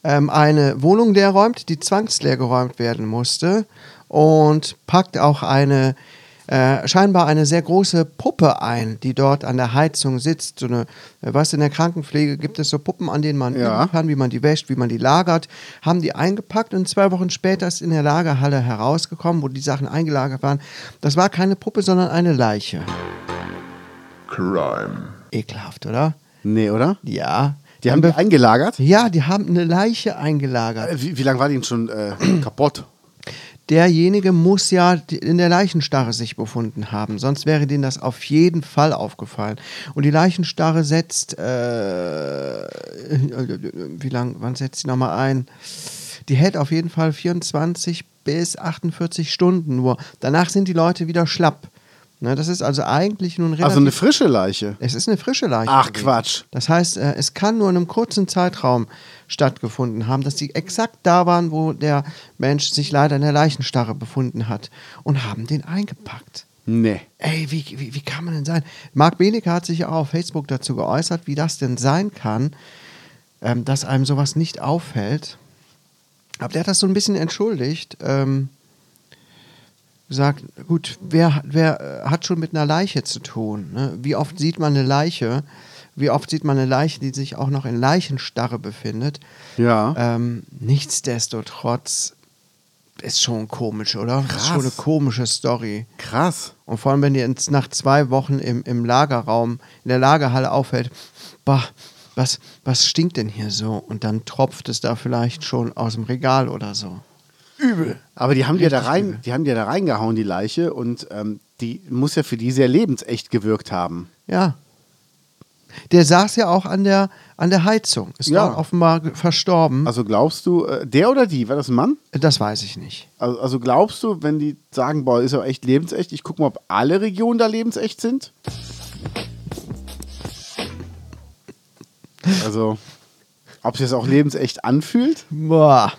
[SPEAKER 1] ähm, eine Wohnung leer räumt, die zwangsleer geräumt werden musste und packt auch eine äh, scheinbar eine sehr große Puppe ein, die dort an der Heizung sitzt. So eine, äh, weißt du, in der Krankenpflege gibt es so Puppen, an denen man
[SPEAKER 2] Ja.
[SPEAKER 1] üben kann, wie man die wäscht, wie man die lagert. Haben die eingepackt und zwei Wochen später ist in der Lagerhalle herausgekommen, wo die Sachen eingelagert waren. Das war keine Puppe, sondern eine Leiche. Ekelhaft, oder?
[SPEAKER 2] Nee, oder?
[SPEAKER 1] Ja.
[SPEAKER 2] Die haben die eingelagert.
[SPEAKER 1] Ja, die haben eine Leiche eingelagert.
[SPEAKER 2] Äh, Wie, wie lange war die denn schon äh, *clears throat* kaputt?
[SPEAKER 1] Derjenige muss ja die- in der Leichenstarre sich befunden haben, sonst wäre denen das auf jeden Fall aufgefallen. Und die Leichenstarre setzt, äh, wie lang, wann setzt die nochmal ein? Die hält auf jeden Fall 24 bis 48 Stunden nur. Danach sind die Leute wieder schlapp. Ne, das ist also eigentlich nun relativ...
[SPEAKER 2] Also eine frische Leiche.
[SPEAKER 1] es ist eine frische Leiche.
[SPEAKER 2] Ach,
[SPEAKER 1] gewesen.
[SPEAKER 2] Quatsch.
[SPEAKER 1] Das heißt, äh, es kann nur in einem kurzen Zeitraum stattgefunden haben, dass die exakt da waren, wo der Mensch sich leider in der Leichenstarre befunden hat und haben den eingepackt.
[SPEAKER 2] Nee.
[SPEAKER 1] Ey, wie, wie, wie kann man denn sein? Marc Benecke hat sich ja auch auf Facebook dazu geäußert, wie das denn sein kann, ähm, dass einem sowas nicht auffällt. Aber der hat das so ein bisschen entschuldigt. Ähm, gesagt, gut, wer, wer äh, hat schon mit einer Leiche zu tun? Ne? Wie oft sieht man eine Leiche? Wie oft sieht man eine Leiche, die sich auch noch in Leichenstarre befindet?
[SPEAKER 2] Ja.
[SPEAKER 1] Ähm, nichtsdestotrotz ist schon komisch, oder? Ist schon eine komische Story.
[SPEAKER 2] Krass.
[SPEAKER 1] Und vor allem, wenn ihr ins- nach zwei Wochen im, im Lagerraum, in der Lagerhalle auffällt, bah, was, was stinkt denn hier so? Und dann tropft es da vielleicht schon aus dem Regal oder so.
[SPEAKER 2] Aber die haben die ja da rein, die haben die ja da reingehauen, die Leiche, und ähm, die muss ja für die sehr lebensecht gewirkt haben.
[SPEAKER 1] Ja. Der saß ja auch an der, an der Heizung. Ist
[SPEAKER 2] Ja.
[SPEAKER 1] dort offenbar ge- verstorben.
[SPEAKER 2] Also glaubst du, äh, der oder die, war das ein Mann?
[SPEAKER 1] das weiß ich nicht.
[SPEAKER 2] Also, also glaubst du, wenn die sagen, boah, ist aber echt lebensecht, ich gucke mal, ob alle Regionen da lebensecht sind? Also, ob sich das auch lebensecht anfühlt?
[SPEAKER 1] Boah.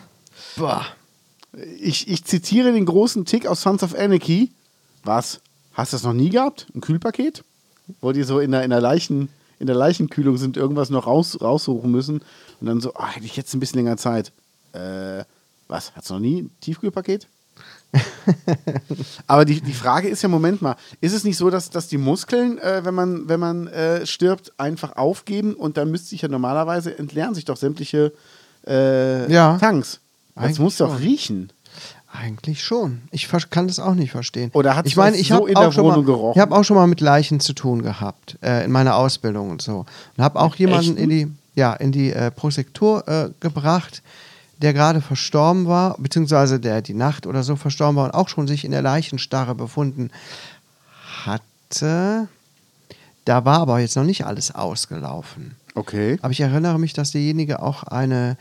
[SPEAKER 1] Boah.
[SPEAKER 2] Ich, ich zitiere den großen Tick aus Sons of Anarchy. Was? Hast du das noch nie gehabt? Ein Kühlpaket? Wo die so in der, in der, Leichen, in der Leichenkühlung sind, irgendwas noch raus, raussuchen müssen. Und dann so, ah, hätte ich jetzt ein bisschen länger Zeit. Äh, was? Hast du noch nie ein Tiefkühlpaket? Aber die, die Frage ist ja, Moment mal, ist es nicht so, dass, dass die Muskeln, äh, wenn man, wenn man äh, stirbt, einfach aufgeben und dann müsste sich ja normalerweise entleeren sich doch sämtliche äh,
[SPEAKER 1] Ja.
[SPEAKER 2] Tanks. Das
[SPEAKER 1] Eigentlich
[SPEAKER 2] muss doch
[SPEAKER 1] schon.
[SPEAKER 2] riechen.
[SPEAKER 1] Eigentlich schon. Ich ver- kann das auch nicht verstehen.
[SPEAKER 2] Oder hat's
[SPEAKER 1] ich meine,
[SPEAKER 2] das
[SPEAKER 1] ich
[SPEAKER 2] so
[SPEAKER 1] habe
[SPEAKER 2] in der
[SPEAKER 1] auch schon mal,
[SPEAKER 2] Wohnung gerochen?
[SPEAKER 1] ich habe auch schon mal mit Leichen zu tun gehabt äh, in meiner Ausbildung und so und habe auch jemanden in die ja in die äh, Prosektur äh, gebracht, der gerade verstorben war beziehungsweise der die Nacht oder so verstorben war und auch schon sich in der Leichenstarre befunden hatte. Da war aber jetzt noch nicht alles ausgelaufen.
[SPEAKER 2] Okay.
[SPEAKER 1] Aber ich erinnere mich, dass derjenige auch eine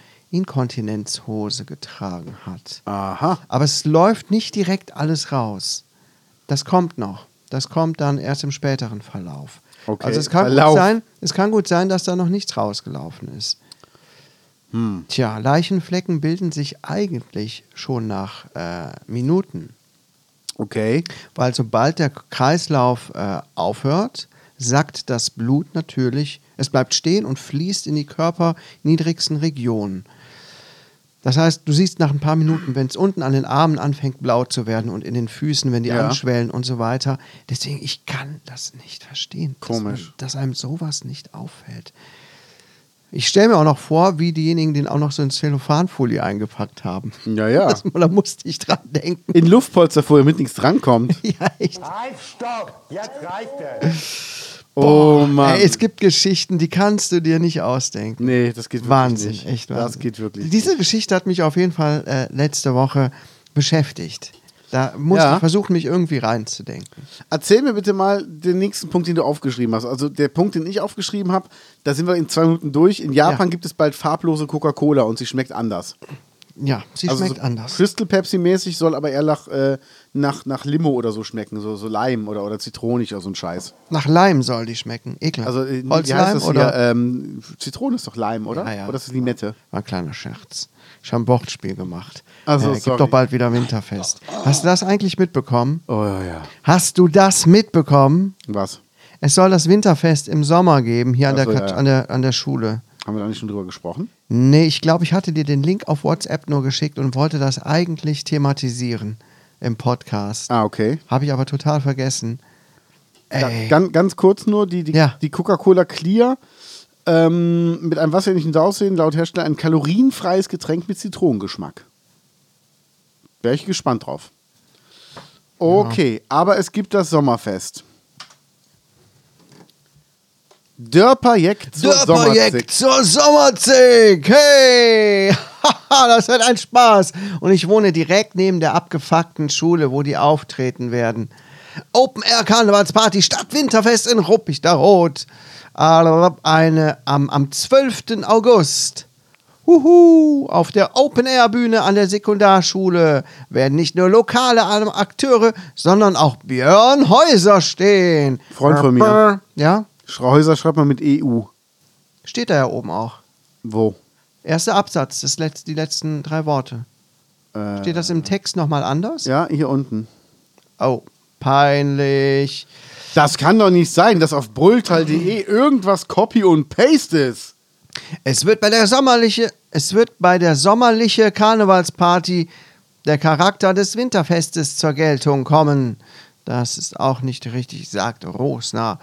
[SPEAKER 1] Inkontinenzhose getragen hat.
[SPEAKER 2] Aha.
[SPEAKER 1] Aber es läuft nicht direkt alles raus. Das kommt noch. Das kommt dann erst im späteren Verlauf.
[SPEAKER 2] Okay,
[SPEAKER 1] Also es kann, gut
[SPEAKER 2] Verlauf.
[SPEAKER 1] sein, es kann gut sein, dass da noch nichts rausgelaufen ist.
[SPEAKER 2] Hm.
[SPEAKER 1] Tja, Leichenflecken bilden sich eigentlich schon nach äh, Minuten,
[SPEAKER 2] Okay.
[SPEAKER 1] weil sobald der Kreislauf äh, aufhört, sackt das Blut natürlich, es bleibt stehen und fließt in die körperniedrigsten Regionen. Das heißt, du siehst nach ein paar Minuten, wenn es unten an den Armen anfängt, blau zu werden und in den Füßen, wenn die
[SPEAKER 2] Ja.
[SPEAKER 1] anschwellen und so weiter. Deswegen, ich kann das nicht verstehen.
[SPEAKER 2] Komisch.
[SPEAKER 1] Dass, man, dass einem sowas nicht auffällt. Ich stelle mir auch noch vor, wie diejenigen, den auch noch so in Zellophanfolie eingepackt haben.
[SPEAKER 2] Ja, ja.
[SPEAKER 1] Das, *laughs* da musste ich dran denken.
[SPEAKER 2] *laughs* In Luftpolsterfolie, damit nichts
[SPEAKER 1] *laughs*
[SPEAKER 2] drankommt.
[SPEAKER 1] Ja, echt.
[SPEAKER 7] Halt, stopp! Jetzt reicht es.
[SPEAKER 2] Oh Mann.
[SPEAKER 1] Ey, es gibt Geschichten, die kannst du dir nicht ausdenken.
[SPEAKER 2] nee, das geht wirklich
[SPEAKER 1] Wahnsinn,
[SPEAKER 2] nicht.
[SPEAKER 1] echt Wahnsinn.
[SPEAKER 2] Wahnsinn. Das geht wirklich
[SPEAKER 1] Diese Geschichte hat mich auf jeden Fall äh, letzte Woche beschäftigt. Da musste
[SPEAKER 2] Ja.
[SPEAKER 1] ich versuchen, mich irgendwie reinzudenken.
[SPEAKER 2] Erzähl mir bitte mal den nächsten Punkt, den du aufgeschrieben hast. Also der Punkt, den ich aufgeschrieben habe, da sind wir in zwei Minuten durch. In Japan
[SPEAKER 1] Ja.
[SPEAKER 2] gibt es bald farblose Coca-Cola und sie schmeckt anders.
[SPEAKER 1] Ja, sie
[SPEAKER 2] also
[SPEAKER 1] schmeckt
[SPEAKER 2] so
[SPEAKER 1] anders.
[SPEAKER 2] Crystal Pepsi-mäßig soll aber eher nach, äh, nach, nach Limo oder so schmecken, so, so Leim oder, oder zitronig oder so ein Scheiß.
[SPEAKER 1] Nach Leim soll die schmecken. Ekelhaft.
[SPEAKER 2] Also äh, wie heißt
[SPEAKER 1] Holzleim
[SPEAKER 2] das
[SPEAKER 1] oder?
[SPEAKER 2] hier? Ähm, Zitrone ist doch Leim, oder?
[SPEAKER 1] Ja, ja.
[SPEAKER 2] Oder ist das Limette?
[SPEAKER 1] War ein kleiner Scherz. Ich habe ein Wortspiel gemacht.
[SPEAKER 2] Ach so,
[SPEAKER 1] es
[SPEAKER 2] sorry.
[SPEAKER 1] gibt doch bald wieder Winterfest. Hast du das eigentlich mitbekommen?
[SPEAKER 2] Oh ja, ja.
[SPEAKER 1] Hast du das mitbekommen?
[SPEAKER 2] Was?
[SPEAKER 1] Es soll das Winterfest im Sommer geben, hier an, der,
[SPEAKER 2] Ach so,
[SPEAKER 1] Kat-
[SPEAKER 2] ja.
[SPEAKER 1] an, der, an der Schule.
[SPEAKER 2] Haben wir da nicht schon drüber gesprochen?
[SPEAKER 1] Nee, ich glaube, ich hatte dir den Link auf WhatsApp nur geschickt und wollte das eigentlich thematisieren im Podcast.
[SPEAKER 2] Ah, okay.
[SPEAKER 1] Habe ich aber total vergessen.
[SPEAKER 2] Ga-
[SPEAKER 1] Ey,
[SPEAKER 2] Ganz, ganz kurz nur, die, die,
[SPEAKER 1] Ja.
[SPEAKER 2] die Coca-Cola Clear ähm, mit einem wasserähnlichen Aussehen, laut Hersteller ein kalorienfreies Getränk mit Zitronengeschmack. Wäre ich gespannt drauf. Okay, aber es gibt das Sommerfest. Dörperjekt zur
[SPEAKER 1] Dörperjekt
[SPEAKER 2] Sommerfest.
[SPEAKER 1] zur Sommerzig! Hey! *laughs* Haha, das wird ein Spaß! Und ich wohne direkt neben der abgefuckten Schule, wo die auftreten werden. Open Air Karnevalsparty Stadt Winterfest in Ruppichteroth. Eine am, am 12. August. Huhu, auf der Open-Air-Bühne an der Sekundarschule werden nicht nur lokale Akteure, sondern auch Björn Häuser stehen.
[SPEAKER 2] Freund von mir.
[SPEAKER 1] Ja,
[SPEAKER 2] Schreuser schreibt man mit EU.
[SPEAKER 1] steht da ja oben auch.
[SPEAKER 2] Wo?
[SPEAKER 1] Erster Absatz, das letz die letzten drei Worte.
[SPEAKER 2] Äh,
[SPEAKER 1] Steht das im Text nochmal anders?
[SPEAKER 2] ja, hier unten.
[SPEAKER 1] Oh, peinlich.
[SPEAKER 2] Das kann doch nicht sein, dass auf bulltal.de irgendwas Copy und Paste ist.
[SPEAKER 1] Es wird bei der sommerliche, es wird bei der sommerliche Karnevalsparty der Charakter des Winterfestes zur Geltung kommen. Das ist auch nicht richtig, sagt Rosner.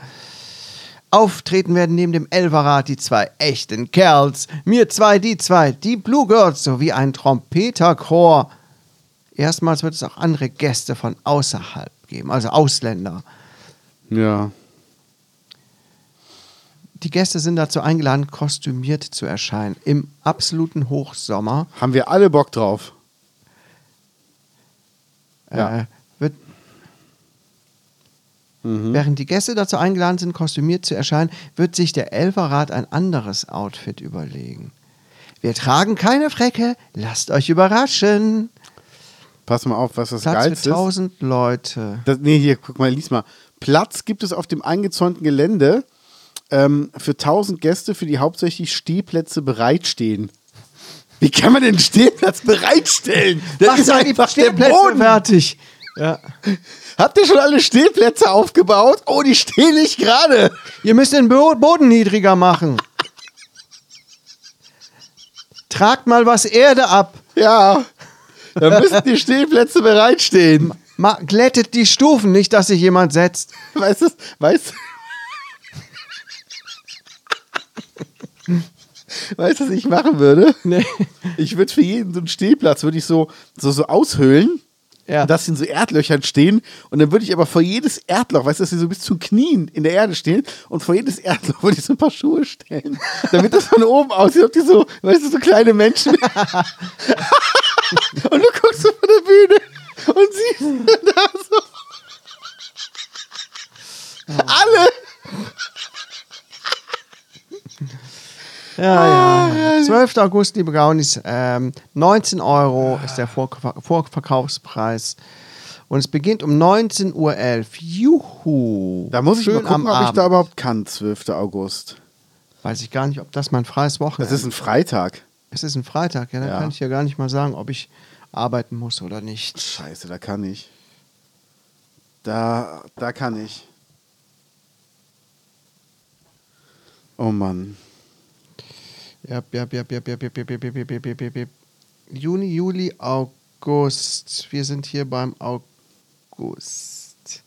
[SPEAKER 1] Auftreten werden neben dem Elverrat die zwei echten Kerls, mir zwei, die zwei, die Blue Girls sowie ein Trompeterchor. Erstmals wird es auch andere Gäste von außerhalb geben, also Ausländer.
[SPEAKER 2] Ja.
[SPEAKER 1] Die Gäste sind dazu eingeladen, kostümiert zu erscheinen im absoluten Hochsommer.
[SPEAKER 2] Haben wir alle Bock drauf. Ja.
[SPEAKER 1] Äh, wird,
[SPEAKER 2] Mhm.
[SPEAKER 1] Während die Gäste dazu eingeladen sind, kostümiert zu erscheinen, wird sich der Elferrat ein anderes Outfit überlegen. Wir tragen keine Frecke, lasst euch überraschen.
[SPEAKER 2] Pass mal auf, was das
[SPEAKER 1] Platz für
[SPEAKER 2] Geilste ist.
[SPEAKER 1] 1000 Leute.
[SPEAKER 2] Das, nee, hier, guck mal, lies mal. Platz gibt es auf dem eingezäunten Gelände ähm, für 1000 Gäste, für die hauptsächlich Stehplätze bereitstehen. Wie kann man den Stehplatz bereitstellen? Das
[SPEAKER 1] Macht
[SPEAKER 2] ist
[SPEAKER 1] mal die
[SPEAKER 2] einfach der
[SPEAKER 1] Stehplätze
[SPEAKER 2] Boden.
[SPEAKER 1] fertig. Ja.
[SPEAKER 2] Habt ihr schon alle Stehplätze aufgebaut? Oh, die stehen nicht gerade.
[SPEAKER 1] Ihr müsst den Bo Boden niedriger machen. Tragt mal was Erde ab.
[SPEAKER 2] Ja. Da müssen die Stehplätze bereitstehen.
[SPEAKER 1] Ma glättet die Stufen, nicht, dass sich jemand setzt.
[SPEAKER 2] *laughs* Weißt du, weißt Weißt du, was ich machen würde?
[SPEAKER 1] Nee.
[SPEAKER 2] Ich würde für jeden so einen Stehplatz würde ich so, so, so aushöhlen,
[SPEAKER 1] Ja.
[SPEAKER 2] dass sie in so Erdlöchern stehen. Und dann würde ich aber vor jedes Erdloch, weißt du, dass sie so bis zu Knien in der Erde stehen. Und vor jedes Erdloch würde ich so ein paar Schuhe *laughs* stellen. Damit das von oben aussieht, ob die so, weißt du, so kleine *laughs* Menschen. und du guckst so von der Bühne und siehst *laughs* da so. Oh. Alle! Ah,
[SPEAKER 1] Ja, ja. 12. August, liebe Gaunis, ähm, 19 Euro ist der Vorver Vorverkaufspreis. Und es beginnt um 19.11 Uhr. Juhu.
[SPEAKER 2] Da muss ich
[SPEAKER 1] Schön
[SPEAKER 2] mal gucken,
[SPEAKER 1] am
[SPEAKER 2] ob ich
[SPEAKER 1] Abend.
[SPEAKER 2] da überhaupt kann, 12. August.
[SPEAKER 1] Weiß ich gar nicht, ob das mein freies Wochenende
[SPEAKER 2] Das ist ein Freitag.
[SPEAKER 1] Es ist ein Freitag, ja, da
[SPEAKER 2] Ja.
[SPEAKER 1] kann ich ja gar nicht mal sagen, ob ich arbeiten muss oder nicht.
[SPEAKER 2] Scheiße, da kann ich. Da, da kann ich. Oh Mann.
[SPEAKER 1] Ja, ja, ja, ja, ja, ja, ja, ja, ja, ja, ja, ja. Juni, Juli, August. Wir sind hier beim August.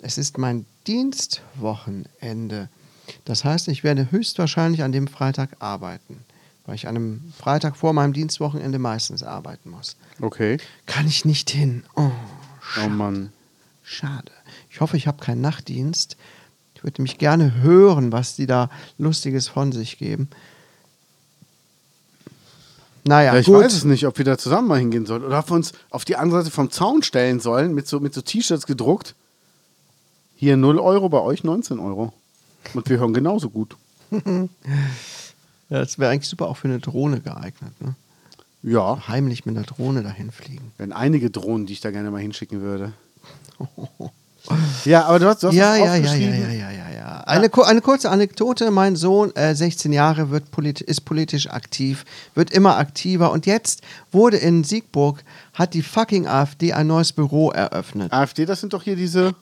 [SPEAKER 1] Es ist mein Dienstwochenende. Das heißt, ich werde höchstwahrscheinlich an dem Freitag arbeiten, weil ich an einem Freitag vor meinem Dienstwochenende meistens arbeiten muss.
[SPEAKER 2] Okay.
[SPEAKER 1] Kann ich nicht hin. Oh,
[SPEAKER 2] Oh Mann.
[SPEAKER 1] Schade. Ich hoffe, ich habe keinen Nachtdienst. Ich würde mich gerne hören, was die da Lustiges von sich geben. Naja,
[SPEAKER 2] Ja, ich
[SPEAKER 1] gut.
[SPEAKER 2] weiß es nicht, ob wir da zusammen mal hingehen sollen. Oder ob wir uns auf die andere Seite vom Zaun stellen sollen, mit so, mit so T-Shirts gedruckt. Hier 0 Euro, bei euch 19 Euro. Und wir hören genauso gut.
[SPEAKER 1] Ja, das wäre eigentlich super auch für eine Drohne geeignet. Ne?
[SPEAKER 2] Ja,
[SPEAKER 1] Heimlich mit einer Drohne dahin fliegen.
[SPEAKER 2] wären einige Drohnen, die ich da gerne mal hinschicken
[SPEAKER 1] *laughs*
[SPEAKER 2] würde. Ja, aber du hast, du hast
[SPEAKER 1] Ja,
[SPEAKER 2] es
[SPEAKER 1] ja, ja, ja,
[SPEAKER 2] aufgeschrieben.
[SPEAKER 1] ja, ja, ja, ja. Eine, ku- eine kurze Anekdote. Mein Sohn, äh, 16 Jahre, wird polit ist politisch aktiv, wird immer aktiver. Und jetzt wurde in Siegburg, hat die fucking AfD ein neues Büro eröffnet.
[SPEAKER 2] AfD, das sind doch hier diese.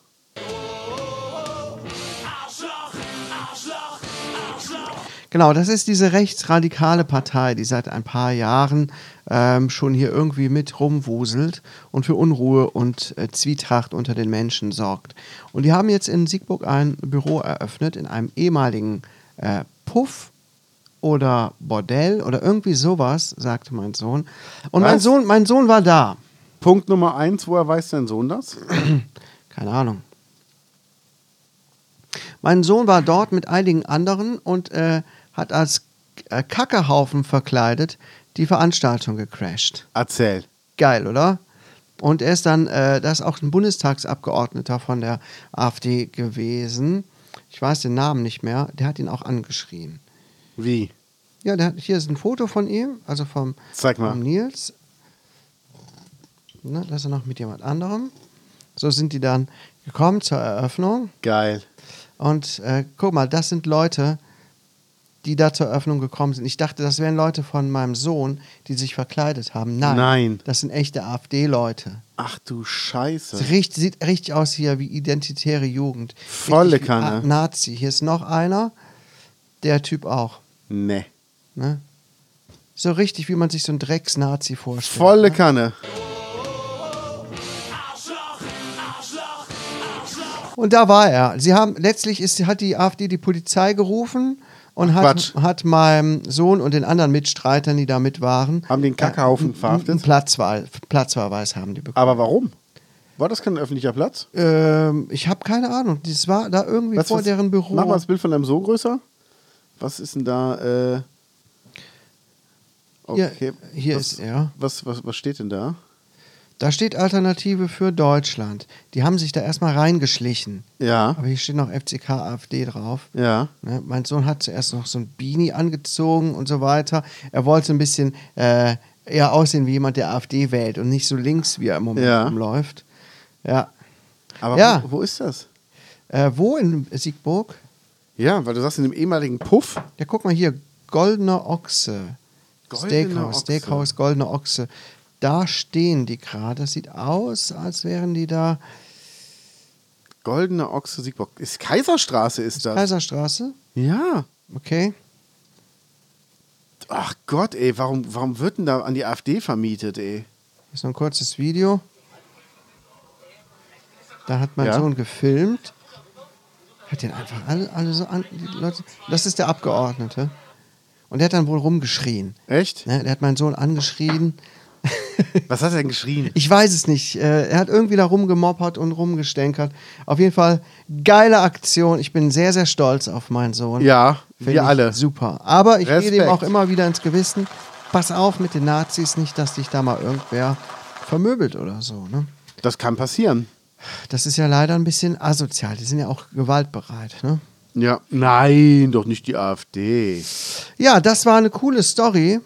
[SPEAKER 1] Genau, das ist diese rechtsradikale Partei, die seit ein paar Jahren ähm, schon hier irgendwie mit rumwuselt und für Unruhe und äh, Zwietracht unter den Menschen sorgt. Und die haben jetzt in Siegburg ein Büro eröffnet, in einem ehemaligen äh, Puff oder Bordell oder irgendwie sowas, sagte mein Sohn. Und mein
[SPEAKER 2] Was?
[SPEAKER 1] Sohn, mein Sohn war da.
[SPEAKER 2] Punkt Nummer eins, woher weiß dein Sohn das?
[SPEAKER 1] *clears throat* Keine Ahnung. Mein Sohn war dort mit einigen anderen und äh, hat als äh, Kackehaufen verkleidet die Veranstaltung gecrashed.
[SPEAKER 2] Erzähl.
[SPEAKER 1] Geil, oder? Und er ist dann, äh, da ist auch ein Bundestagsabgeordneter von der AfD gewesen. Ich weiß den Namen nicht mehr. Der hat ihn auch angeschrien.
[SPEAKER 2] Wie?
[SPEAKER 1] Ja, der, hat- hier ist ein Foto von ihm, also vom,
[SPEAKER 2] Zeig mal.
[SPEAKER 1] vom Nils. Ne, das ist noch mit jemand anderem. So sind die dann gekommen zur Eröffnung.
[SPEAKER 2] Geil.
[SPEAKER 1] Und äh, guck mal, das sind Leute, die da zur Eröffnung gekommen sind. Ich dachte, das wären Leute von meinem Sohn, die sich verkleidet haben. Nein.
[SPEAKER 2] Nein.
[SPEAKER 1] Das sind echte AfD-Leute.
[SPEAKER 2] Ach du Scheiße.
[SPEAKER 1] Richtig, sieht richtig aus hier wie identitäre Jugend.
[SPEAKER 2] Volle
[SPEAKER 1] Richtig wie
[SPEAKER 2] Kanne.
[SPEAKER 1] A- Nazi. Hier ist noch einer. Der Typ auch.
[SPEAKER 2] Nee.
[SPEAKER 1] Ne? So richtig, wie man sich so einen Drecks-Nazi vorstellt.
[SPEAKER 2] Volle Kanne.
[SPEAKER 1] Und da war er. Sie haben letztlich ist, hat die AfD die Polizei gerufen und
[SPEAKER 2] Quatsch.
[SPEAKER 1] hat, hat meinem Sohn und den anderen Mitstreitern, die da mit waren, äh,
[SPEAKER 2] Haben den Kackehaufen verhaftet?
[SPEAKER 1] einen Platzwahl, Platzverweis haben die bekommen.
[SPEAKER 2] Aber warum? War das kein öffentlicher Platz?
[SPEAKER 1] Ähm, ich habe keine Ahnung. Das war da irgendwie
[SPEAKER 2] Was-
[SPEAKER 1] vor
[SPEAKER 2] was-
[SPEAKER 1] deren Büro.
[SPEAKER 2] Mach mal das Bild von deinem Sohn größer. Was ist denn da? Äh,
[SPEAKER 1] Hier-
[SPEAKER 2] okay.
[SPEAKER 1] hier
[SPEAKER 2] was,
[SPEAKER 1] ist er.
[SPEAKER 2] Was, was, was steht denn da?
[SPEAKER 1] Da steht Alternative für Deutschland. Die haben sich da erstmal reingeschlichen.
[SPEAKER 2] Ja.
[SPEAKER 1] Aber hier steht noch FCK AfD drauf.
[SPEAKER 2] Ja.
[SPEAKER 1] Ne, mein Sohn hat zuerst noch so ein Beanie angezogen und so weiter. Er wollte ein bisschen äh, eher aussehen wie jemand, der AfD wählt und nicht so links, wie er im Moment
[SPEAKER 2] Ja.
[SPEAKER 1] rumläuft. Ja.
[SPEAKER 2] Aber
[SPEAKER 1] Ja.
[SPEAKER 2] wo, wo ist das?
[SPEAKER 1] Äh, wo in Siegburg?
[SPEAKER 2] Ja, weil du sagst in dem ehemaligen Puff.
[SPEAKER 1] Ja, guck mal hier. Goldener Ochse.
[SPEAKER 2] Goldener
[SPEAKER 1] Steakhouse,
[SPEAKER 2] Ochse.
[SPEAKER 1] Steakhouse, Goldener Ochse. Da stehen die gerade. Das sieht aus, als wären die da.
[SPEAKER 2] Goldene Ochse Siegburg. Ist Kaiserstraße ist das?
[SPEAKER 1] Kaiserstraße.
[SPEAKER 2] ja.
[SPEAKER 1] Okay.
[SPEAKER 2] Ach Gott, ey, warum, warum wird denn da an die AfD vermietet, ey?
[SPEAKER 1] Hier ist noch ein kurzes Video. Da hat mein
[SPEAKER 2] Ja.
[SPEAKER 1] Sohn gefilmt. Hat den einfach alle, alle so an. Die Leute, das ist der Abgeordnete. Und der hat dann wohl rumgeschrien.
[SPEAKER 2] Echt?
[SPEAKER 1] Ne, der hat meinen Sohn angeschrien.
[SPEAKER 2] Was hat er denn geschrien?
[SPEAKER 1] Ich weiß es nicht. Äh, Er hat irgendwie da rumgemoppert und rumgestänkert. Auf jeden Fall geile Aktion. Ich bin sehr, sehr stolz auf meinen Sohn.
[SPEAKER 2] Ja,
[SPEAKER 1] Find
[SPEAKER 2] wir
[SPEAKER 1] ich
[SPEAKER 2] alle.
[SPEAKER 1] Super. Aber ich rede ihm
[SPEAKER 2] Respekt.
[SPEAKER 1] auch immer wieder ins Gewissen. Pass auf mit den Nazis, nicht, dass dich da mal irgendwer vermöbelt oder so. Ne?
[SPEAKER 2] Das kann passieren.
[SPEAKER 1] Das ist ja leider ein bisschen asozial. Die sind ja auch gewaltbereit. Ne?
[SPEAKER 2] Ja. Nein, doch nicht die AfD.
[SPEAKER 1] Ja, das war eine coole Story.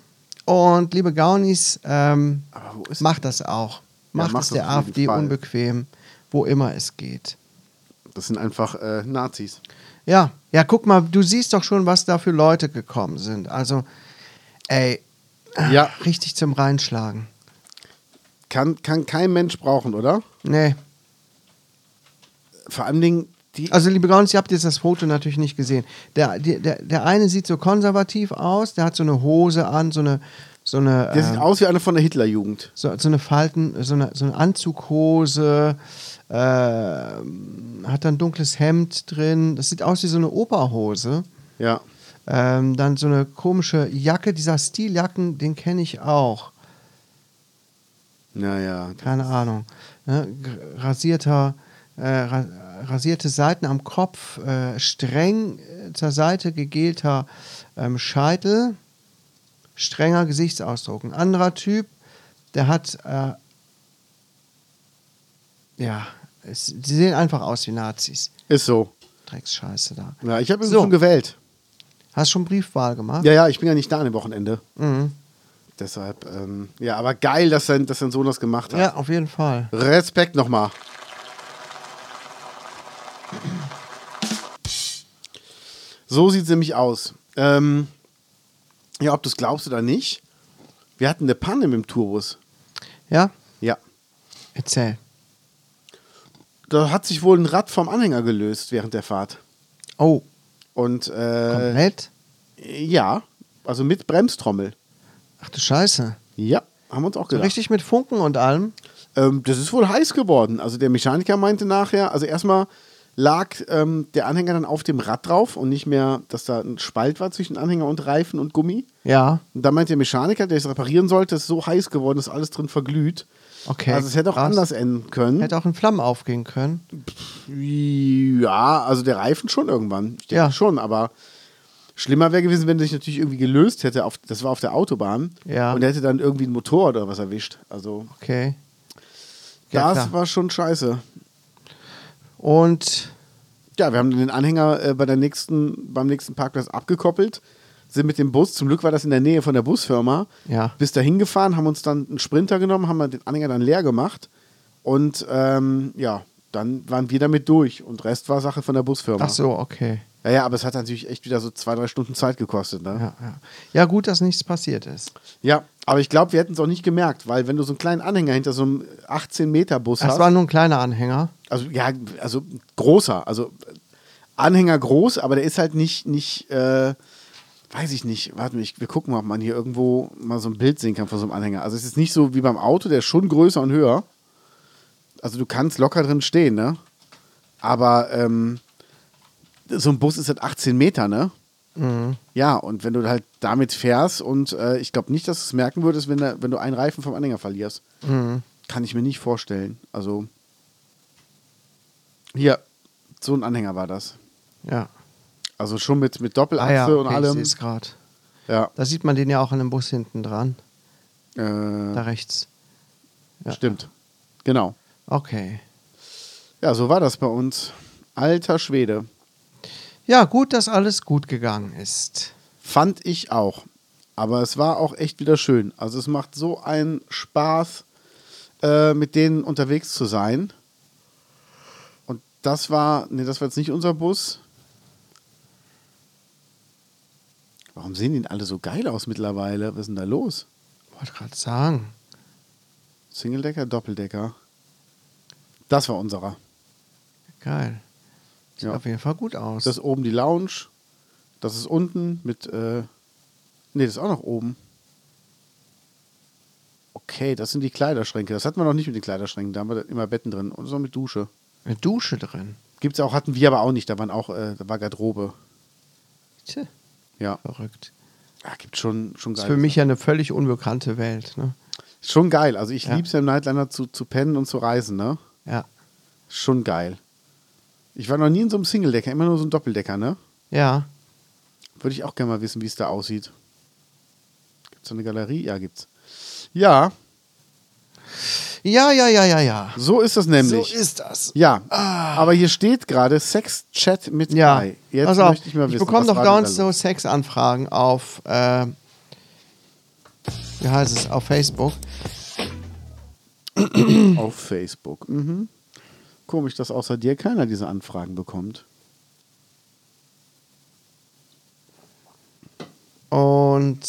[SPEAKER 1] Und liebe Gaunis, ähm,
[SPEAKER 2] Aber wo ist-
[SPEAKER 1] macht das auch. Macht
[SPEAKER 2] macht
[SPEAKER 1] es
[SPEAKER 2] das
[SPEAKER 1] der
[SPEAKER 2] auf jeden
[SPEAKER 1] AfD
[SPEAKER 2] Fall.
[SPEAKER 1] unbequem, wo immer es geht.
[SPEAKER 2] Das sind einfach äh, Nazis.
[SPEAKER 1] Ja, ja, guck mal, du siehst doch schon, was da für Leute gekommen sind. Also, ey,
[SPEAKER 2] Ja,
[SPEAKER 1] Richtig zum Reinschlagen.
[SPEAKER 2] kann, kann kein Mensch brauchen, oder?
[SPEAKER 1] Nee.
[SPEAKER 2] Vor allen Dingen die.
[SPEAKER 1] Also, liebe Gaunis, ihr habt jetzt das Foto natürlich nicht gesehen. Der, die- der, der eine sieht so konservativ aus, der hat so eine Hose an, so eine, so eine,
[SPEAKER 2] der sieht
[SPEAKER 1] ähm,
[SPEAKER 2] aus wie einer von der Hitlerjugend.
[SPEAKER 1] so, so eine Falten, so eine, so eine Anzughose, äh, hat dann dunkles Hemd drin. Das sieht aus wie so eine Oberhose.
[SPEAKER 2] Ja.
[SPEAKER 1] Ähm, dann so eine komische Jacke, dieser Stiljacken, den kenne ich auch.
[SPEAKER 2] Naja.
[SPEAKER 1] Keine Ahnung. Ne? G- Rasierter, äh, ra rasierte Seiten am Kopf, äh, streng äh, zur Seite gegelter ähm, Scheitel, strenger Gesichtsausdruck. Ein anderer Typ, der hat, äh, ja, es, sie sehen einfach aus wie Nazis.
[SPEAKER 2] Ist so.
[SPEAKER 1] Drecksscheiße da.
[SPEAKER 2] Ja, ich habe ihn
[SPEAKER 1] So.
[SPEAKER 2] schon gewählt.
[SPEAKER 1] Hast schon Briefwahl gemacht?
[SPEAKER 2] Ja, ja, ich bin ja nicht da an dem Wochenende.
[SPEAKER 1] Mhm.
[SPEAKER 2] Deshalb, ähm, ja, aber geil, dass sein, dass sein Sohn das gemacht hat.
[SPEAKER 1] ja auf jeden Fall.
[SPEAKER 2] Respekt nochmal. So sieht sie nämlich aus. Ähm, ja, ob du es glaubst oder nicht, wir hatten eine Panne mit dem Tourbus.
[SPEAKER 1] Ja,
[SPEAKER 2] Ja.
[SPEAKER 1] erzähl.
[SPEAKER 2] Da hat sich wohl ein Rad vom Anhänger gelöst während der Fahrt.
[SPEAKER 1] Oh,
[SPEAKER 2] Und äh,
[SPEAKER 1] komplett?
[SPEAKER 2] ja, also mit Bremstrommel.
[SPEAKER 1] Ach du Scheiße.
[SPEAKER 2] Ja, haben wir uns auch
[SPEAKER 1] So
[SPEAKER 2] gedacht.
[SPEAKER 1] Richtig mit Funken und allem.
[SPEAKER 2] Ähm, das ist wohl heiß geworden. Also der Mechaniker meinte nachher, also erstmal lag ähm, der Anhänger dann auf dem Rad drauf und nicht mehr, dass da ein Spalt war zwischen Anhänger und Reifen und Gummi.
[SPEAKER 1] Ja.
[SPEAKER 2] Und dann meinte der Mechaniker, der es reparieren sollte, es ist so heiß geworden, dass alles drin verglüht.
[SPEAKER 1] Okay,
[SPEAKER 2] Also es hätte auch
[SPEAKER 1] krass.
[SPEAKER 2] anders enden können.
[SPEAKER 1] Hätte auch in Flammen aufgehen können.
[SPEAKER 2] Ja, also der Reifen schon irgendwann. Ich denke
[SPEAKER 1] Ja.
[SPEAKER 2] schon, aber schlimmer wäre gewesen, wenn er sich natürlich irgendwie gelöst hätte. Auf, das war auf der Autobahn.
[SPEAKER 1] Ja.
[SPEAKER 2] Und er hätte dann irgendwie ein Motorrad oder was erwischt. Also
[SPEAKER 1] Okay. Ja,
[SPEAKER 2] das
[SPEAKER 1] klar.
[SPEAKER 2] war schon scheiße.
[SPEAKER 1] Und
[SPEAKER 2] Ja, wir haben den Anhänger äh, bei der nächsten, beim nächsten Parkplatz abgekoppelt, sind mit dem Bus, zum Glück war das in der Nähe von der Busfirma,
[SPEAKER 1] Ja.
[SPEAKER 2] bis dahin gefahren, haben uns dann einen Sprinter genommen, haben den Anhänger dann leer gemacht und ähm, ja, dann waren wir damit durch und Rest war Sache von der Busfirma.
[SPEAKER 1] ach so, okay.
[SPEAKER 2] Ja, ja, aber es hat natürlich echt wieder so zwei, drei Stunden Zeit gekostet. Ne?
[SPEAKER 1] Ja, ja. ja, gut, dass nichts passiert ist.
[SPEAKER 2] Ja, aber ich glaube, wir hätten es auch nicht gemerkt, weil wenn du so einen kleinen Anhänger hinter so einem 18-Meter-Bus hast.
[SPEAKER 1] Das war nur ein kleiner Anhänger.
[SPEAKER 2] Also ja, also großer, also Anhänger groß, aber der ist halt nicht, nicht, äh, weiß ich nicht. Warte mal, ich, wir gucken mal, ob man hier irgendwo mal so ein Bild sehen kann von so einem Anhänger. Also es ist nicht so wie beim Auto, der ist schon größer und höher. Also du kannst locker drin stehen, ne? Aber ähm, so ein Bus ist halt 18 Meter, ne? Ja, und wenn du halt damit fährst und äh, ich glaube nicht, dass du es merken würdest, wenn, da, wenn du einen Reifen vom Anhänger verlierst. Kann ich mir nicht vorstellen. Also hier, so ein Anhänger war das.
[SPEAKER 1] Ja.
[SPEAKER 2] Also schon mit, mit Doppelachse
[SPEAKER 1] Ah ja,
[SPEAKER 2] und
[SPEAKER 1] okay, ich
[SPEAKER 2] allem.
[SPEAKER 1] seh's grad.
[SPEAKER 2] Ja,
[SPEAKER 1] Da sieht man den ja auch an dem Bus hinten dran. Da
[SPEAKER 2] äh,
[SPEAKER 1] rechts. Ja.
[SPEAKER 2] stimmt. Genau.
[SPEAKER 1] Okay.
[SPEAKER 2] Ja, so war das bei uns. Alter Schwede.
[SPEAKER 1] Ja, gut, dass alles gut gegangen ist.
[SPEAKER 2] Fand ich auch. Aber es war auch echt wieder schön. Also es macht so einen Spaß, äh, mit denen unterwegs zu sein. Und das war, nee, das war jetzt nicht unser Bus. Warum sehen die denn alle so geil aus mittlerweile? Was ist denn da los?
[SPEAKER 1] Wollte gerade sagen.
[SPEAKER 2] Singledecker, Doppeldecker. Das war unserer.
[SPEAKER 1] Geil. Sieht
[SPEAKER 2] Ja.
[SPEAKER 1] auf jeden Fall gut aus.
[SPEAKER 2] Das ist oben die Lounge. Das ist unten mit. Äh, nee, das ist auch noch oben. Okay, das sind die Kleiderschränke. Das hatten wir noch nicht mit den Kleiderschränken. Da haben wir immer Betten drin und so mit Dusche.
[SPEAKER 1] Eine Dusche drin.
[SPEAKER 2] Gibt's auch, hatten wir aber auch nicht. Da waren auch, äh, da war Garderobe.
[SPEAKER 1] Tja,
[SPEAKER 2] Ja,
[SPEAKER 1] verrückt.
[SPEAKER 2] ja gibt schon, schon
[SPEAKER 1] Das
[SPEAKER 2] geil.
[SPEAKER 1] ist für mich ja eine völlig unbekannte Welt. Ne?
[SPEAKER 2] Schon geil. Also ich
[SPEAKER 1] Ja.
[SPEAKER 2] lieb's ja im Nightliner zu, zu pennen und zu reisen, ne?
[SPEAKER 1] Ja.
[SPEAKER 2] Schon geil. Ich war noch nie in so einem Singledecker, immer nur so ein Doppeldecker, ne?
[SPEAKER 1] Ja.
[SPEAKER 2] Würde ich auch gerne mal wissen, wie es da aussieht. Gibt's da eine Galerie? Ja, gibt's. Ja,
[SPEAKER 1] Ja, ja, ja, ja, ja.
[SPEAKER 2] So ist Ah. das nämlich.
[SPEAKER 1] So ist das.
[SPEAKER 2] ja, aber hier steht gerade Sex-Chat mit
[SPEAKER 1] Ja.
[SPEAKER 2] Kai. Jetzt
[SPEAKER 1] Pass auf,
[SPEAKER 2] möchte ich mal wissen.
[SPEAKER 1] bekomme
[SPEAKER 2] was
[SPEAKER 1] doch
[SPEAKER 2] war denn
[SPEAKER 1] dauernd
[SPEAKER 2] da
[SPEAKER 1] so
[SPEAKER 2] los?
[SPEAKER 1] Sexanfragen auf, äh, wie heißt es, auf Facebook.
[SPEAKER 2] auf Facebook. Mhm. Komisch, dass außer dir keiner diese Anfragen bekommt.
[SPEAKER 1] Und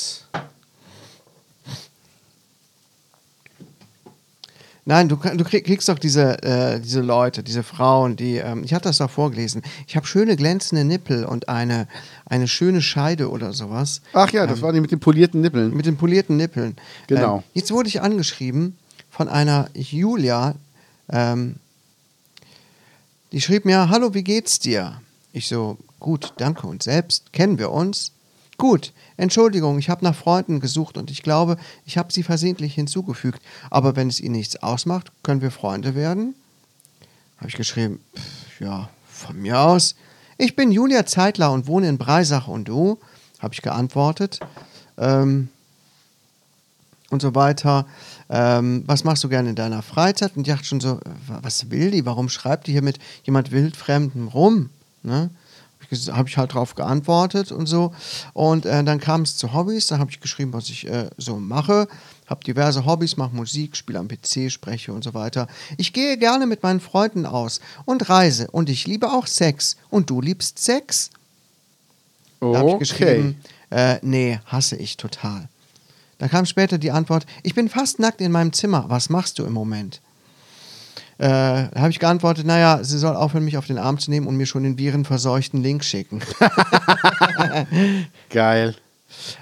[SPEAKER 1] Nein, du, kann- du krieg, kriegst doch diese, äh, diese Leute, diese Frauen, die, ähm, ich habe das doch vorgelesen, ich habe schöne glänzende Nippel und eine, eine schöne Scheide oder sowas
[SPEAKER 2] Ach ja, das war die Ähm, mit den polierten Nippeln.
[SPEAKER 1] mit den polierten Nippeln.
[SPEAKER 2] Genau.
[SPEAKER 1] Ähm, jetzt wurde ich angeschrieben von einer Julia, ähm, die schrieb mir, hallo, wie geht's dir? Ich so, gut, danke und selbst, kennen wir uns? Gut, Entschuldigung, ich habe nach Freunden gesucht und ich glaube, ich habe sie versehentlich hinzugefügt. Aber wenn es Ihnen nichts ausmacht, können wir Freunde werden? Habe ich geschrieben, pff, ja, von mir aus. Ich bin Julia Zeitler und wohne in Breisach und du? Habe ich geantwortet. Ähm, und so weiter. Ähm, was machst du gerne in deiner Freizeit? Und ich dachte schon so, wa- was will die? Warum schreibt die hier mit jemand wildfremdem rum? Ne? Habe ich, ges- hab ich halt drauf geantwortet und so. Und äh, dann kam es zu Hobbys. Dann habe ich geschrieben, was ich äh, so mache. Habe diverse Hobbys, mache Musik, spiele am PC, spreche und so weiter. Ich gehe gerne mit meinen Freunden aus und reise. Und ich liebe auch Sex. Und du liebst Sex? Da habe ich geschrieben, äh, nee, hasse ich total. Da kam später die Antwort, ich bin fast nackt in meinem Zimmer, was machst du im Moment? Äh, da habe ich geantwortet, naja, sie soll aufhören, mich auf den Arm zu nehmen und mir schon den virenverseuchten Link schicken.
[SPEAKER 2] Geil.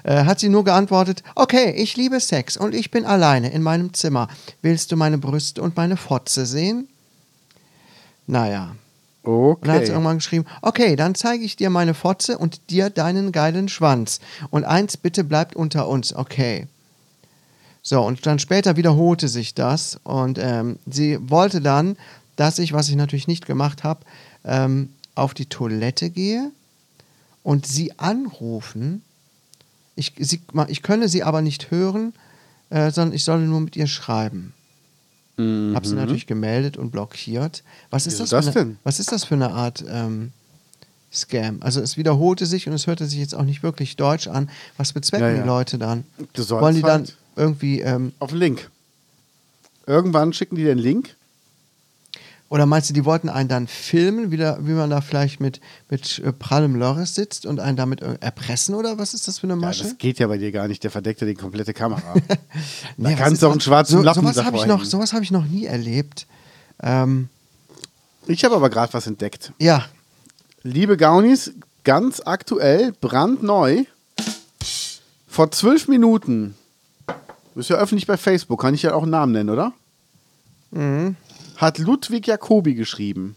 [SPEAKER 1] äh, hat sie nur geantwortet, okay, ich liebe Sex und ich bin alleine in meinem Zimmer. Willst du meine Brüste und meine Fotze sehen? Naja. Und dann hat sie
[SPEAKER 2] Okay.
[SPEAKER 1] irgendwann geschrieben, okay, dann zeige ich dir meine Fotze und dir deinen geilen Schwanz. Und eins bitte bleibt unter uns, okay. So, und dann später wiederholte sich das. Und ähm, sie wollte dann, dass ich, was ich natürlich nicht gemacht habe, ähm, auf die Toilette gehe und sie anrufen. Ich, sie, ich könne sie aber nicht hören, äh, sondern ich solle nur mit ihr schreiben. Hab sie natürlich gemeldet und blockiert. Was ist
[SPEAKER 2] Mhm. Wieso
[SPEAKER 1] das, für
[SPEAKER 2] das
[SPEAKER 1] eine,
[SPEAKER 2] denn?
[SPEAKER 1] Was ist das für eine Art ähm, Scam? Also es wiederholte sich und es hörte sich jetzt auch nicht wirklich deutsch an. Was bezwecken
[SPEAKER 2] Ja, ja.
[SPEAKER 1] die Leute dann?
[SPEAKER 2] Du sollst
[SPEAKER 1] Wollen die dann
[SPEAKER 2] halt-
[SPEAKER 1] irgendwie ähm,
[SPEAKER 2] Auf den Link. Irgendwann schicken die den Link.
[SPEAKER 1] Oder meinst du, die wollten einen dann filmen, wie, da, wie man da vielleicht mit, mit äh, prallem Loris sitzt und einen damit äh, erpressen oder was ist das für eine
[SPEAKER 2] Ja,
[SPEAKER 1] Masche?
[SPEAKER 2] das geht ja bei dir gar nicht. Der verdeckt ja die komplette *laughs* Kamera.
[SPEAKER 1] Nee,
[SPEAKER 2] da
[SPEAKER 1] was
[SPEAKER 2] kannst
[SPEAKER 1] ist
[SPEAKER 2] du auch
[SPEAKER 1] das?
[SPEAKER 2] einen schwarzen Lappen
[SPEAKER 1] Sowas habe
[SPEAKER 2] davor
[SPEAKER 1] ich, noch-
[SPEAKER 2] hängen.
[SPEAKER 1] sowas hab ich noch nie erlebt. Ähm,
[SPEAKER 2] Ich habe aber gerade was entdeckt.
[SPEAKER 1] ja,
[SPEAKER 2] Liebe Gaunis, ganz aktuell, brandneu, vor zwölf Minuten. Ist ja öffentlich bei Facebook, kann ich ja auch einen Namen nennen, oder? Hat Ludwig Jacobi geschrieben.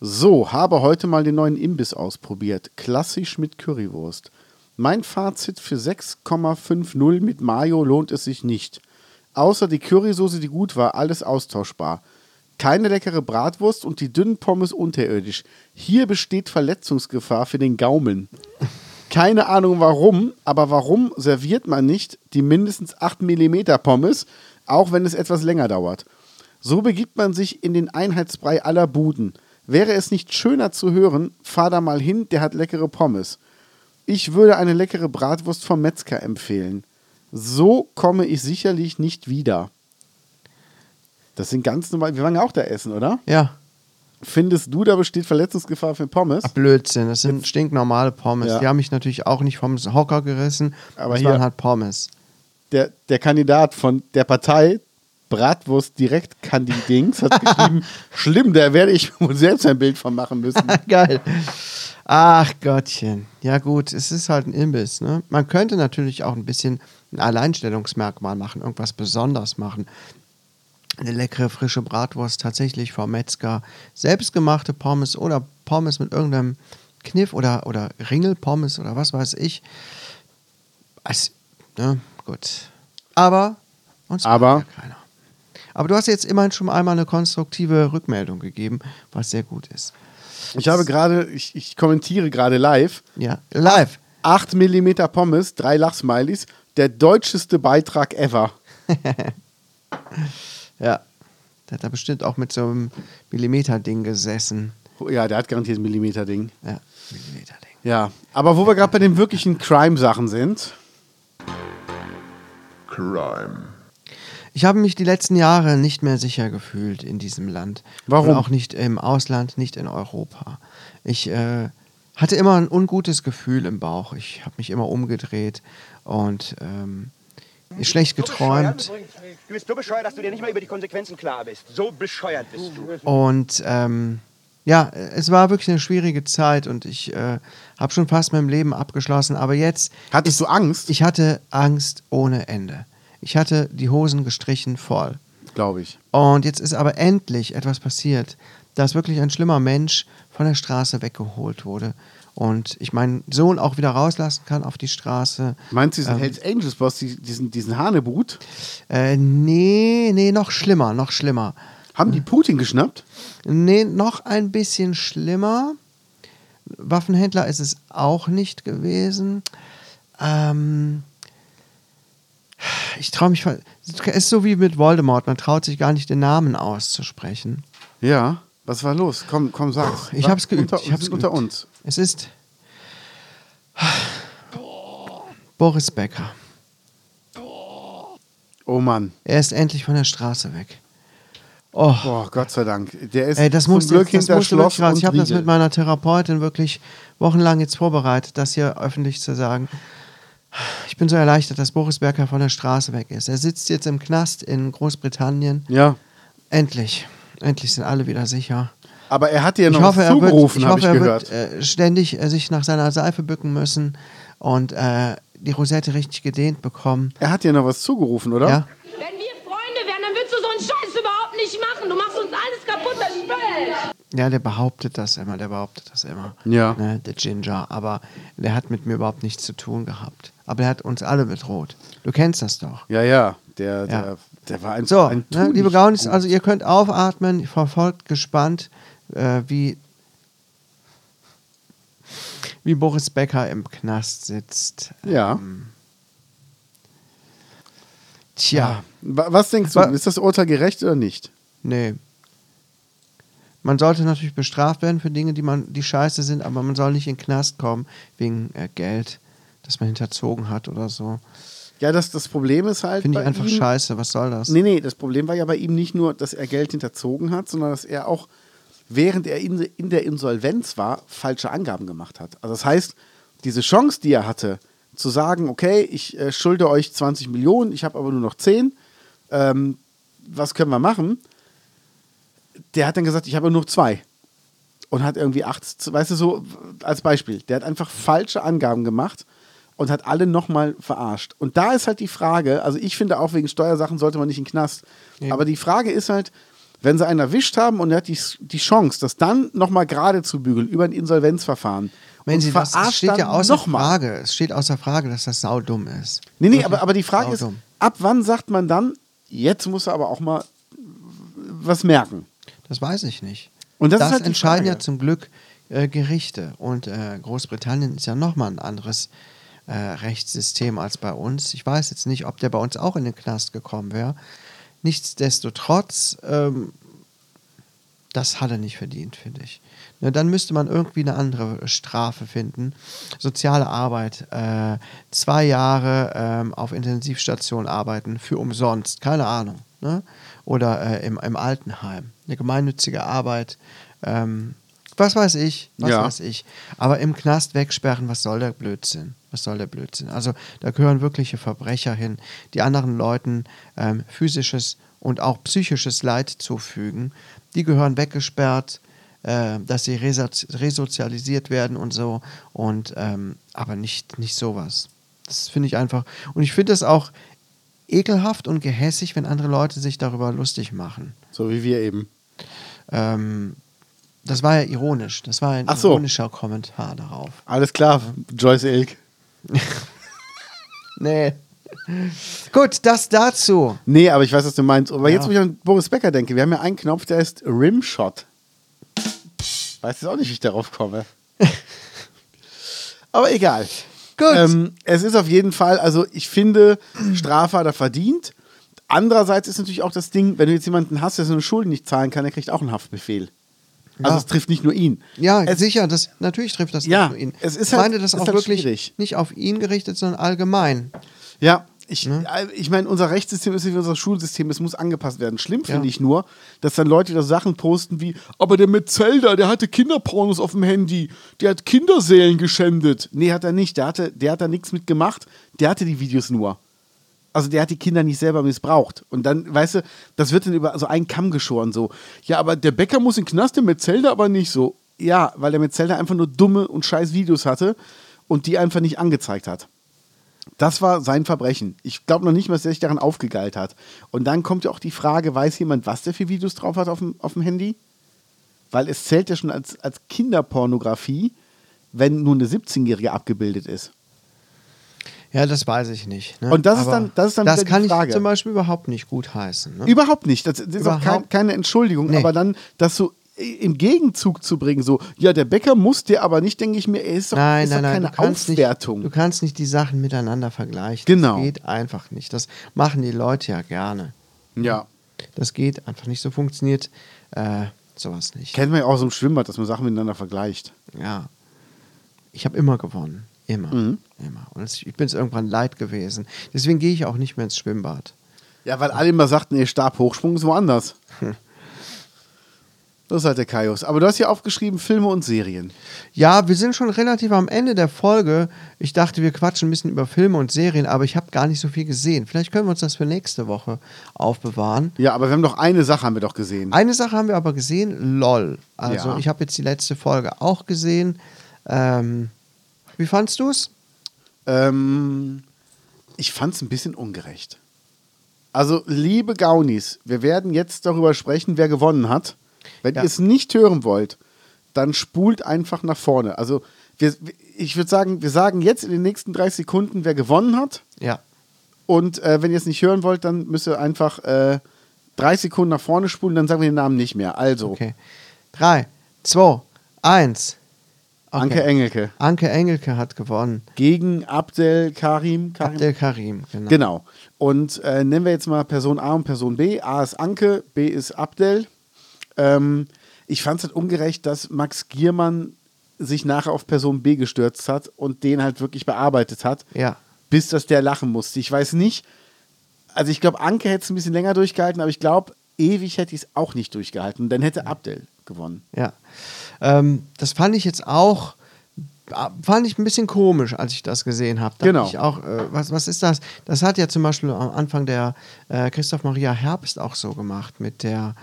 [SPEAKER 2] So, habe heute mal den neuen Imbiss ausprobiert. Klassisch mit Currywurst. Mein Fazit für 6,50 mit Mayo lohnt es sich nicht. Außer die Currysoße, die gut war, alles austauschbar. Keine leckere Bratwurst und die dünnen Pommes unterirdisch. Hier besteht Verletzungsgefahr für den Gaumen. Keine Ahnung warum, aber warum serviert man nicht die mindestens 8 mm Pommes, auch wenn es etwas länger dauert? So begibt man sich in den Einheitsbrei aller Buden. Wäre es nicht schöner zu hören, fahr da mal hin, der hat leckere Pommes. Ich würde eine leckere Bratwurst vom Metzger empfehlen. So komme ich sicherlich nicht wieder. Das sind ganz normal. Wir waren ja auch da essen, oder?
[SPEAKER 1] ja.
[SPEAKER 2] Findest du, da besteht Verletzungsgefahr für Pommes?
[SPEAKER 1] Ah, Blödsinn, das sind stinknormale Pommes.
[SPEAKER 2] Ja.
[SPEAKER 1] Die haben mich natürlich auch nicht vom Hocker gerissen.
[SPEAKER 2] Aber
[SPEAKER 1] das
[SPEAKER 2] hier-
[SPEAKER 1] waren halt Pommes.
[SPEAKER 2] der, der Kandidat von der Partei Bratwurst direkt Kandidings hat
[SPEAKER 1] *laughs*
[SPEAKER 2] geschrieben, schlimm, da werde ich wohl selbst ein Bild von machen müssen.
[SPEAKER 1] *laughs* Geil. Ach Gottchen. Ja gut, es ist halt ein Imbiss. Ne? Man könnte natürlich auch ein bisschen ein Alleinstellungsmerkmal machen, irgendwas besonders machen. Eine leckere frische Bratwurst tatsächlich vom Metzger, selbstgemachte Pommes oder Pommes mit irgendeinem Kniff oder, oder Ringelpommes oder was weiß ich. Es, ne? Gut. Aber uns mag
[SPEAKER 2] Aber-
[SPEAKER 1] ja keiner. Aber du hast jetzt immerhin schon einmal eine konstruktive Rückmeldung gegeben, was sehr gut ist.
[SPEAKER 2] Ich habe gerade, ich, ich kommentiere gerade live,
[SPEAKER 1] Ja, live.
[SPEAKER 2] 8 mm Pommes, drei Lachsmileys, der deutscheste Beitrag ever.
[SPEAKER 1] Ja. Der hat da bestimmt auch mit so einem Millimeter-Ding gesessen.
[SPEAKER 2] Oh Ja, der hat garantiert ein Millimeter-Ding.
[SPEAKER 1] Ja, Millimeter-Ding.
[SPEAKER 2] Ja, aber wo wir gerade bei den wirklichen Crime-Sachen sind,
[SPEAKER 1] Ich habe mich die letzten Jahre nicht mehr sicher gefühlt in diesem Land.
[SPEAKER 2] Warum?
[SPEAKER 1] Und auch nicht im Ausland, nicht in Europa. Ich äh, hatte immer ein ungutes Gefühl im Bauch. Ich habe mich immer umgedreht und ähm, schlecht
[SPEAKER 3] So bescheuert
[SPEAKER 1] geträumt.
[SPEAKER 3] übrigens. Du bist so bescheuert, dass du dir nicht mal über die Konsequenzen klar bist. So bescheuert bist du.
[SPEAKER 1] Und ähm, ja, es war wirklich eine schwierige Zeit und ich äh, habe schon fast mein Leben abgeschlossen. Aber jetzt,
[SPEAKER 2] Hattest du Angst?
[SPEAKER 1] ich hatte Angst ohne Ende. Ich hatte die Hosen gestrichen voll.
[SPEAKER 2] Glaube ich.
[SPEAKER 1] Und jetzt ist aber endlich etwas passiert, dass wirklich ein schlimmer Mensch von der Straße weggeholt wurde. Und ich meinen Sohn auch wieder rauslassen kann auf die Straße.
[SPEAKER 2] Meinst
[SPEAKER 1] Ähm.
[SPEAKER 2] du diesen Hells Angels Boss, die- diesen, diesen Hanebut?
[SPEAKER 1] Äh, nee, nee, noch schlimmer, noch schlimmer.
[SPEAKER 2] Haben die Putin geschnappt?
[SPEAKER 1] Nee, noch ein bisschen schlimmer. Waffenhändler ist es auch nicht gewesen. Ähm, ich traue mich. voll- Es ist so wie mit Voldemort. Man traut sich gar nicht, den Namen auszusprechen.
[SPEAKER 2] Ja. Was war los? Komm, komm, sag's.
[SPEAKER 1] Ich hab's geübt.
[SPEAKER 2] Unter,
[SPEAKER 1] ich hab's
[SPEAKER 2] sind unter
[SPEAKER 1] geübt.
[SPEAKER 2] uns.
[SPEAKER 1] Es ist Boris Becker.
[SPEAKER 2] Oh Mann.
[SPEAKER 1] Er ist endlich von der Straße weg. Oh,
[SPEAKER 2] Boah, Gott sei Dank. Der ist
[SPEAKER 1] Ey, das
[SPEAKER 2] zum
[SPEAKER 1] muss
[SPEAKER 2] Glück
[SPEAKER 1] jetzt, das
[SPEAKER 2] hinter
[SPEAKER 1] musste wirklich
[SPEAKER 2] Schloss
[SPEAKER 1] raus.
[SPEAKER 2] und
[SPEAKER 1] Ich habe das mit
[SPEAKER 2] Riegel.
[SPEAKER 1] meiner Therapeutin wirklich wochenlang jetzt vorbereitet, das hier öffentlich zu sagen. Ich bin so erleichtert, dass Boris Becker von der Straße weg ist. Er sitzt jetzt im Knast in Großbritannien.
[SPEAKER 2] Ja.
[SPEAKER 1] Endlich. Endlich sind alle wieder sicher.
[SPEAKER 2] Aber er hat dir
[SPEAKER 1] Ich
[SPEAKER 2] noch
[SPEAKER 1] hoffe,
[SPEAKER 2] was
[SPEAKER 1] er wird,
[SPEAKER 2] Genau, zugerufen,
[SPEAKER 1] ich
[SPEAKER 2] habe ich
[SPEAKER 1] hoffe, er
[SPEAKER 2] gehört.
[SPEAKER 1] wird äh, ständig äh, sich nach seiner Seife bücken müssen und äh, die Rosette richtig gedehnt bekommen.
[SPEAKER 2] er hat dir noch was zugerufen, oder?
[SPEAKER 1] Ja?
[SPEAKER 8] Wenn wir Freunde wären, dann würdest du so einen Scheiß überhaupt nicht machen. Du machst uns alles kaputt, das Spiel.
[SPEAKER 1] Ja, der behauptet das immer, der behauptet das immer.
[SPEAKER 2] Ja.
[SPEAKER 1] Ne, der Ginger. Aber der hat mit mir überhaupt nichts zu tun gehabt. Aber er hat uns alle bedroht. Du kennst das doch.
[SPEAKER 2] Ja, ja. Der,
[SPEAKER 1] Ja.
[SPEAKER 2] Der, der war ein,
[SPEAKER 1] So,
[SPEAKER 2] ein
[SPEAKER 1] ne,
[SPEAKER 2] Tuch.
[SPEAKER 1] liebe Gaunis, also ihr könnt aufatmen, verfolgt gespannt, äh, wie, wie Boris Becker im Knast sitzt.
[SPEAKER 2] Ja.
[SPEAKER 1] Tja,
[SPEAKER 2] Wa- Was denkst du?
[SPEAKER 1] Wa-
[SPEAKER 2] Ist das Urteil gerecht oder nicht?
[SPEAKER 1] nee. Man sollte natürlich bestraft werden für Dinge, die man, die scheiße sind, aber man soll nicht in den Knast kommen wegen äh, Geld, das man hinterzogen hat oder so.
[SPEAKER 2] Ja, das, das Problem ist halt.
[SPEAKER 1] Finde ich
[SPEAKER 2] bei
[SPEAKER 1] einfach
[SPEAKER 2] ihm,
[SPEAKER 1] scheiße, was soll das?
[SPEAKER 2] Nee, nee, das Problem war ja bei ihm nicht nur, dass er Geld hinterzogen hat, sondern dass er auch, während er in, in der Insolvenz war, falsche Angaben gemacht hat. Also das heißt, diese Chance, die er hatte, zu sagen, okay, ich äh, schulde euch 20 Millionen, ich habe aber nur noch 10, ähm, was können wir machen? Der hat dann gesagt, ich habe nur noch zwei. Und hat irgendwie acht, weißt du, so als Beispiel. Der hat einfach falsche Angaben gemacht und hat alle nochmal verarscht. Und da ist halt die Frage, also ich finde auch wegen Steuersachen sollte man nicht in den Knast. Aber die Frage ist halt, wenn sie einen erwischt haben und er hat die, die Chance, das dann nochmal gerade zu bügeln über ein Insolvenzverfahren.
[SPEAKER 1] Wenn
[SPEAKER 2] und
[SPEAKER 1] sie das, es
[SPEAKER 2] verarscht
[SPEAKER 1] steht ja
[SPEAKER 2] dann
[SPEAKER 1] außer
[SPEAKER 2] noch mal.
[SPEAKER 1] Frage. Es steht außer Frage, dass das saudumm ist.
[SPEAKER 2] Nee, nee, aber, aber die Frage
[SPEAKER 1] Sau
[SPEAKER 2] ist,
[SPEAKER 1] dumm.
[SPEAKER 2] ab wann sagt man dann, jetzt muss er aber auch mal was merken?
[SPEAKER 1] Das weiß ich nicht.
[SPEAKER 2] Und das ist
[SPEAKER 1] das
[SPEAKER 2] halt die
[SPEAKER 1] entscheiden ja
[SPEAKER 2] Frage.
[SPEAKER 1] zum Glück äh, Gerichte. Und äh, Großbritannien ist ja nochmal ein anderes äh, Rechtssystem als bei uns. Ich weiß jetzt nicht, ob der bei uns auch in den Knast gekommen wäre. Nichtsdestotrotz, ähm, das hat er nicht verdient, finde ich. Ne, dann müsste man irgendwie eine andere Strafe finden. Soziale Arbeit, äh, zwei Jahre ähm, auf Intensivstation arbeiten, für umsonst, keine Ahnung. Ne? Oder äh, im, im Altenheim, eine gemeinnützige Arbeit. Ähm, was weiß ich, was
[SPEAKER 2] Ja.
[SPEAKER 1] weiß ich. Aber im Knast wegsperren, was soll der Blödsinn? Was soll der Blödsinn? Also da gehören wirkliche Verbrecher hin, die anderen Leuten ähm, physisches und auch psychisches Leid zufügen. Die gehören weggesperrt, äh, dass sie resoz- resozialisiert werden und so. Und ähm, aber nicht, nicht sowas. Das finde ich einfach. Und ich finde es auch ekelhaft und gehässig, wenn andere Leute sich darüber lustig machen.
[SPEAKER 2] So wie wir eben.
[SPEAKER 1] Ähm, das war ja ironisch. Das war ein
[SPEAKER 2] Ach so.
[SPEAKER 1] ironischer Kommentar darauf.
[SPEAKER 2] Alles klar, Joyce Ilk.
[SPEAKER 1] Nee. Gut, das dazu.
[SPEAKER 2] Nee, aber ich weiß, was du meinst. Aber jetzt,
[SPEAKER 1] Ja.
[SPEAKER 2] wo ich an Boris Becker denke, wir haben ja einen Knopf, der ist Rimshot. Weiß jetzt auch nicht, wie ich
[SPEAKER 1] *laughs*
[SPEAKER 2] darauf komme. aber egal.
[SPEAKER 1] Gut.
[SPEAKER 2] Ähm, es ist auf jeden Fall, also ich finde, Strafe hat er verdient. Andererseits ist natürlich auch das Ding, wenn du jetzt jemanden hast, der seine Schulden nicht zahlen kann, der kriegt auch einen Haftbefehl. Also
[SPEAKER 1] Ja.
[SPEAKER 2] es trifft nicht nur ihn.
[SPEAKER 1] Ja,
[SPEAKER 2] es,
[SPEAKER 1] sicher, das, natürlich trifft das
[SPEAKER 2] Ja,
[SPEAKER 1] nicht nur ihn.
[SPEAKER 2] es ist
[SPEAKER 1] ich
[SPEAKER 2] halt-
[SPEAKER 1] meine das
[SPEAKER 2] ist
[SPEAKER 1] auch
[SPEAKER 2] halt
[SPEAKER 1] wirklich
[SPEAKER 2] schwierig.
[SPEAKER 1] nicht auf ihn gerichtet, sondern allgemein.
[SPEAKER 2] Ja, ich, äh, ich meine, unser Rechtssystem ist wie unser Schulsystem, es muss angepasst werden. Schlimm finde
[SPEAKER 1] Ja.
[SPEAKER 2] ich nur, dass dann Leute wieder Sachen posten wie, aber der mit Zelda, der hatte Kinderpornos auf dem Handy, der hat Kinderseelen geschändet. Nee, hat er nicht, der, hatte, der hat da nichts mit gemacht, der hatte die Videos nur. also der hat die Kinder nicht selber missbraucht. Und dann, weißt du, das wird dann über so einen Kamm geschoren, so. Ja, aber der Bäcker muss in den Knast, der Metzelder aber nicht so. Ja, weil der Metzelder einfach nur dumme und scheiß Videos hatte und die einfach nicht angezeigt hat. Das war sein Verbrechen. Ich glaube noch nicht mal, dass er sich daran aufgegeilt hat. Und dann kommt ja auch die Frage, weiß jemand, was der für Videos drauf hat auf dem, auf dem Handy? Weil es zählt ja schon als, als Kinderpornografie, wenn nur eine 17-Jährige abgebildet ist.
[SPEAKER 1] Ja, das weiß ich nicht. Ne?
[SPEAKER 2] Und das ist dann- das ist dann wieder die
[SPEAKER 1] kann
[SPEAKER 2] Frage.
[SPEAKER 1] ich zum Beispiel überhaupt nicht gut heißen. Ne?
[SPEAKER 2] Überhaupt nicht. Das, das ist auch kein,
[SPEAKER 1] Überhaupt-
[SPEAKER 2] keine Entschuldigung.
[SPEAKER 1] Nee.
[SPEAKER 2] Aber dann das so i- im Gegenzug zu bringen, so, ja, der Bäcker muss dir aber nicht, denke ich mir, ey, ist doch,
[SPEAKER 1] nein,
[SPEAKER 2] ist
[SPEAKER 1] nein,
[SPEAKER 2] doch
[SPEAKER 1] nein.
[SPEAKER 2] keine
[SPEAKER 1] du, kannst
[SPEAKER 2] Aufwertung.
[SPEAKER 1] Nicht, du kannst nicht die Sachen miteinander vergleichen.
[SPEAKER 2] Genau.
[SPEAKER 1] Das geht einfach nicht. Das machen die Leute ja gerne.
[SPEAKER 2] ja.
[SPEAKER 1] Das geht einfach nicht. So funktioniert äh, sowas nicht.
[SPEAKER 2] Kennt man ja auch so im Schwimmbad, dass man Sachen miteinander vergleicht.
[SPEAKER 1] Ja. Ich habe immer gewonnen. Immer. Immer. Und es- ich bin es irgendwann leid gewesen. Deswegen gehe ich auch nicht mehr ins Schwimmbad.
[SPEAKER 2] Ja, weil alle immer sagten, ey, Stabhochsprung ist woanders. das ist halt der Kaios. Aber du hast hier aufgeschrieben, Filme und Serien.
[SPEAKER 1] Ja, wir sind schon relativ am Ende der Folge. Ich dachte, wir quatschen ein bisschen über Filme und Serien, aber ich habe gar nicht so viel gesehen. Vielleicht können wir uns das für nächste Woche aufbewahren.
[SPEAKER 2] Ja, aber wir haben doch eine Sache haben wir doch gesehen.
[SPEAKER 1] Eine Sache haben wir aber gesehen, LOL. Also
[SPEAKER 2] Ja.
[SPEAKER 1] ich habe jetzt die letzte Folge auch gesehen. Ähm, wie fandst du es?
[SPEAKER 2] Ähm, ich fand es ein bisschen ungerecht. Also, liebe Gaunis, wir werden jetzt darüber sprechen, wer gewonnen hat. Wenn
[SPEAKER 1] Ja.
[SPEAKER 2] ihr es nicht hören wollt, dann spult einfach nach vorne. Also, wir, ich würde sagen, wir sagen jetzt in den nächsten 30 Sekunden, wer gewonnen hat.
[SPEAKER 1] Ja.
[SPEAKER 2] Und äh, wenn ihr es nicht hören wollt, dann müsst ihr einfach äh, 30 Sekunden nach vorne spulen, dann sagen wir den Namen nicht mehr. Also,
[SPEAKER 1] Okay. Drei, zwei, eins. Okay.
[SPEAKER 2] Anke Engelke
[SPEAKER 1] Anke Engelke hat gewonnen.
[SPEAKER 2] gegen Abdel Karim. Karim?
[SPEAKER 1] Abdel Karim, genau.
[SPEAKER 2] Genau. Und äh, nennen wir jetzt mal Person A und Person B. A ist Anke, B ist Abdel. Ähm, ich fand es halt ungerecht, dass Max Giermann sich nachher auf Person B gestürzt hat und den halt wirklich bearbeitet hat,
[SPEAKER 1] Ja.
[SPEAKER 2] bis dass der lachen musste. Ich weiß nicht, also ich glaube, Anke hätte es ein bisschen länger durchgehalten, aber ich glaube, ewig hätte ich es auch nicht durchgehalten. Dann hätte Abdel gewonnen.
[SPEAKER 1] Ja. Ähm, das fand ich jetzt auch, äh, fand ich ein bisschen komisch, als ich das gesehen habe. Da
[SPEAKER 2] Genau.
[SPEAKER 1] dachte Ich auch, äh, was, was ist das? Das hat ja zum Beispiel am Anfang der äh, Christoph Maria Herbst auch so gemacht mit der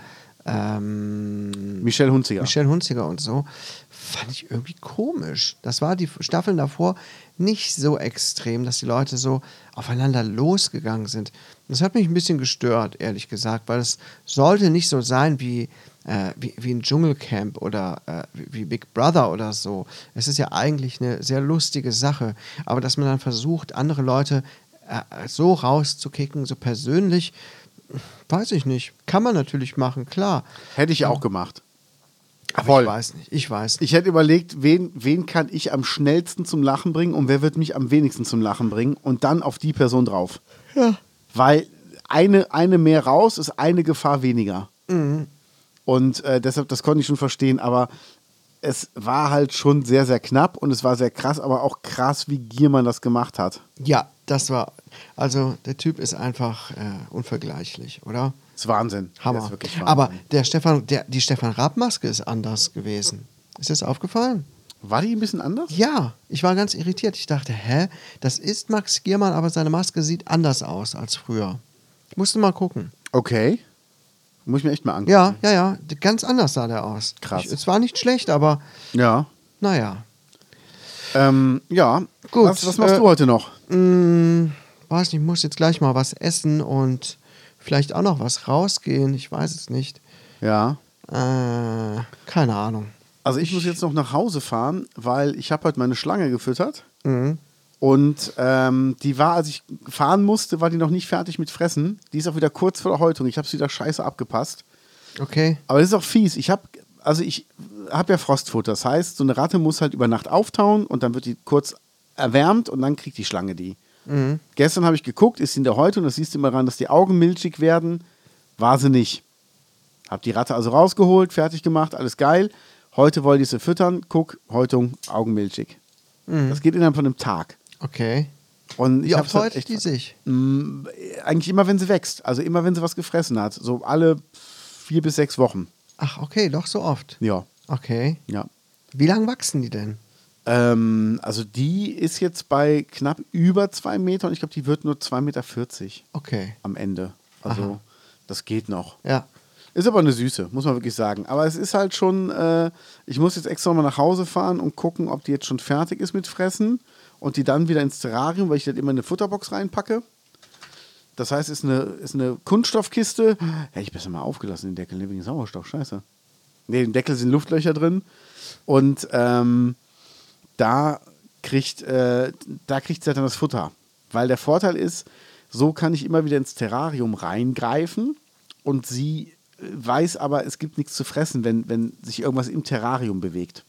[SPEAKER 1] ähm,
[SPEAKER 2] Michelle Hunziger.
[SPEAKER 1] Michelle Hunziger und so. Fand ich irgendwie komisch. Das war die Staffeln davor nicht so extrem, dass die Leute so aufeinander losgegangen sind. Das hat mich ein bisschen gestört, ehrlich gesagt, weil es sollte nicht so sein wie, äh, wie, wie ein Dschungelcamp oder äh, wie wie Big Brother oder so. Es ist ja eigentlich eine sehr lustige Sache, aber dass man dann versucht, andere Leute äh, so rauszukicken, so persönlich, weiß ich nicht. Kann man natürlich machen, klar.
[SPEAKER 2] Hätte ich ja auch gemacht.
[SPEAKER 1] Aber
[SPEAKER 2] Voll.
[SPEAKER 1] ich weiß nicht. Ich weiß nicht.
[SPEAKER 2] Ich hätte überlegt, wen, wen kann ich am schnellsten zum Lachen bringen und wer wird mich am wenigsten zum Lachen bringen und dann auf die Person drauf. Weil eine, eine mehr raus ist eine Gefahr weniger.
[SPEAKER 1] Mhm.
[SPEAKER 2] Und äh, deshalb, das konnte ich schon verstehen, aber es war halt schon sehr, sehr knapp und es war sehr krass, aber auch krass, wie Giermann das gemacht hat.
[SPEAKER 1] Ja, das war. Also der Typ ist einfach äh, unvergleichlich, oder?
[SPEAKER 2] Das ist Wahnsinn. Das
[SPEAKER 1] Hammer.
[SPEAKER 2] Ist wirklich Wahnsinn.
[SPEAKER 1] Aber der Stefan, der, die Stefan Raab-Maske ist anders gewesen. Ist das aufgefallen?
[SPEAKER 2] war die ein bisschen anders?
[SPEAKER 1] Ja, ich war ganz irritiert. Ich dachte, hä, das ist Max Giermann, aber seine Maske sieht anders aus als früher. Musst du mal gucken.
[SPEAKER 2] Okay. Muss ich mir echt mal angucken.
[SPEAKER 1] Ja, ja, ja, d- ganz anders sah der aus.
[SPEAKER 2] Mhm. Krass.
[SPEAKER 1] Ich, es war nicht schlecht, aber
[SPEAKER 2] Ja.
[SPEAKER 1] naja.
[SPEAKER 2] Ähm, ja.
[SPEAKER 1] Gut,
[SPEAKER 2] Was, was machst
[SPEAKER 1] äh,
[SPEAKER 2] du heute noch?
[SPEAKER 1] Mh, Hm, weiß nicht, ich muss jetzt gleich mal was essen und vielleicht auch noch was rausgehen. Ich weiß es nicht.
[SPEAKER 2] Ja.
[SPEAKER 1] Äh, keine Ahnung.
[SPEAKER 2] Also ich muss jetzt noch nach Hause fahren, weil ich habe heute meine Schlange gefüttert. Und ähm, die war, als ich fahren musste, war die noch nicht fertig mit Fressen. Die ist auch wieder kurz vor der Häutung. Ich habe es wieder scheiße abgepasst.
[SPEAKER 1] Okay.
[SPEAKER 2] Aber das ist auch fies. Ich habe, also ich habe ja Frostfutter. Das heißt, so eine Ratte muss halt über Nacht auftauen und dann wird die kurz erwärmt und dann kriegt die Schlange die.
[SPEAKER 1] Mhm.
[SPEAKER 2] Gestern habe ich geguckt, ist sie in der Häutung, das siehst du immer ran, dass die Augen milchig werden. War sie nicht. Hab die Ratte also rausgeholt, fertig gemacht, alles geil. Heute wollte ich sie füttern, guck, Häutung, Augen milchig. Das geht innerhalb von einem Tag.
[SPEAKER 1] Okay.
[SPEAKER 2] Und
[SPEAKER 1] Mhm.
[SPEAKER 2] ich
[SPEAKER 1] Wie oft
[SPEAKER 2] hab's halt
[SPEAKER 1] heute
[SPEAKER 2] echt
[SPEAKER 1] die sich?
[SPEAKER 2] eigentlich immer, wenn sie wächst. Also immer, wenn sie was gefressen hat. So alle vier bis sechs Wochen.
[SPEAKER 1] Ach, okay, doch so oft.
[SPEAKER 2] Ja,
[SPEAKER 1] Okay.
[SPEAKER 2] ja.
[SPEAKER 1] Wie lang wachsen die denn?
[SPEAKER 2] Ähm, also die ist jetzt bei knapp über zwei Meter und ich glaube, die wird nur 2,40 Meter
[SPEAKER 1] Okay.
[SPEAKER 2] am Ende. Also das geht noch.
[SPEAKER 1] Ja.
[SPEAKER 2] Ist aber eine Süße, muss man wirklich sagen. Aber es ist halt schon, äh, ich muss jetzt extra mal nach Hause fahren und gucken, ob die jetzt schon fertig ist mit Fressen und die dann wieder ins Terrarium, weil ich das immer in eine Futterbox reinpacke. Das heißt, ist eine, ist eine Kunststoffkiste. Hätte ich besser mal aufgelassen, den Deckel, ne, wegen Sauerstoff, scheiße. Ne, im Deckel sind Luftlöcher drin. Und ähm, da kriegt, äh, da kriegt sie dann das Futter. Weil der Vorteil ist, so kann ich immer wieder ins Terrarium reingreifen und sie äh, weiß aber, es gibt nichts zu fressen, wenn, wenn sich irgendwas im Terrarium bewegt.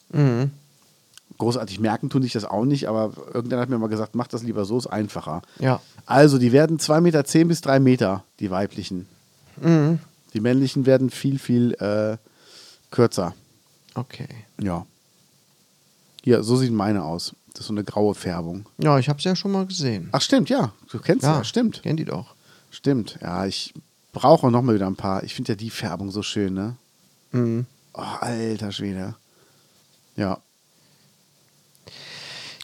[SPEAKER 2] Großartig merken tun sich das auch nicht, aber irgendeiner hat mir mal gesagt, mach das lieber so, ist einfacher.
[SPEAKER 1] Ja.
[SPEAKER 2] Also, die werden 2,10 Meter zehn bis 3 Meter, die weiblichen. Die männlichen werden viel, viel äh, kürzer.
[SPEAKER 1] Okay.
[SPEAKER 2] Ja. Hier, so sieht meine aus. Das ist so eine graue Färbung.
[SPEAKER 1] Ja, ich hab's ja schon mal gesehen.
[SPEAKER 2] Ach, stimmt, ja. Du kennst ja, stimmt.
[SPEAKER 1] Kennt die doch.
[SPEAKER 2] Stimmt. Ja, ich brauche noch mal wieder ein paar. Ich finde ja die Färbung so schön, ne?
[SPEAKER 1] Mhm.
[SPEAKER 2] Oh, alter Schwede. Ja.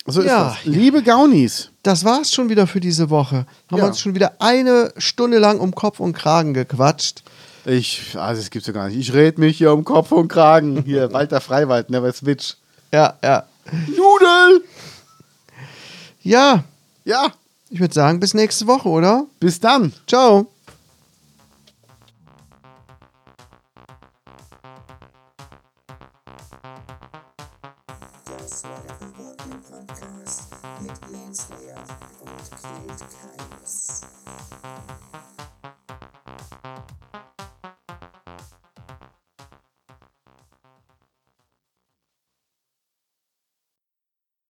[SPEAKER 2] So ist
[SPEAKER 1] Ja,
[SPEAKER 2] das. Liebe Gaunis.
[SPEAKER 1] Das war's schon wieder für diese Woche. Haben
[SPEAKER 2] Ja.
[SPEAKER 1] wir uns schon wieder eine Stunde lang um Kopf und Kragen gequatscht.
[SPEAKER 2] Ich, also es gibt's ja gar nicht. Ich red mich hier um Kopf und Kragen. Hier, *laughs* Walter Freiwald, ne, bei Switch.
[SPEAKER 1] Ja, ja.
[SPEAKER 2] Nudel!
[SPEAKER 1] Ja,
[SPEAKER 2] Ja,
[SPEAKER 1] ich würde sagen, bis nächste Woche, oder?
[SPEAKER 2] bis dann.
[SPEAKER 1] Ciao.
[SPEAKER 4] Podcast mit Lance Meyer und Knut Kreis.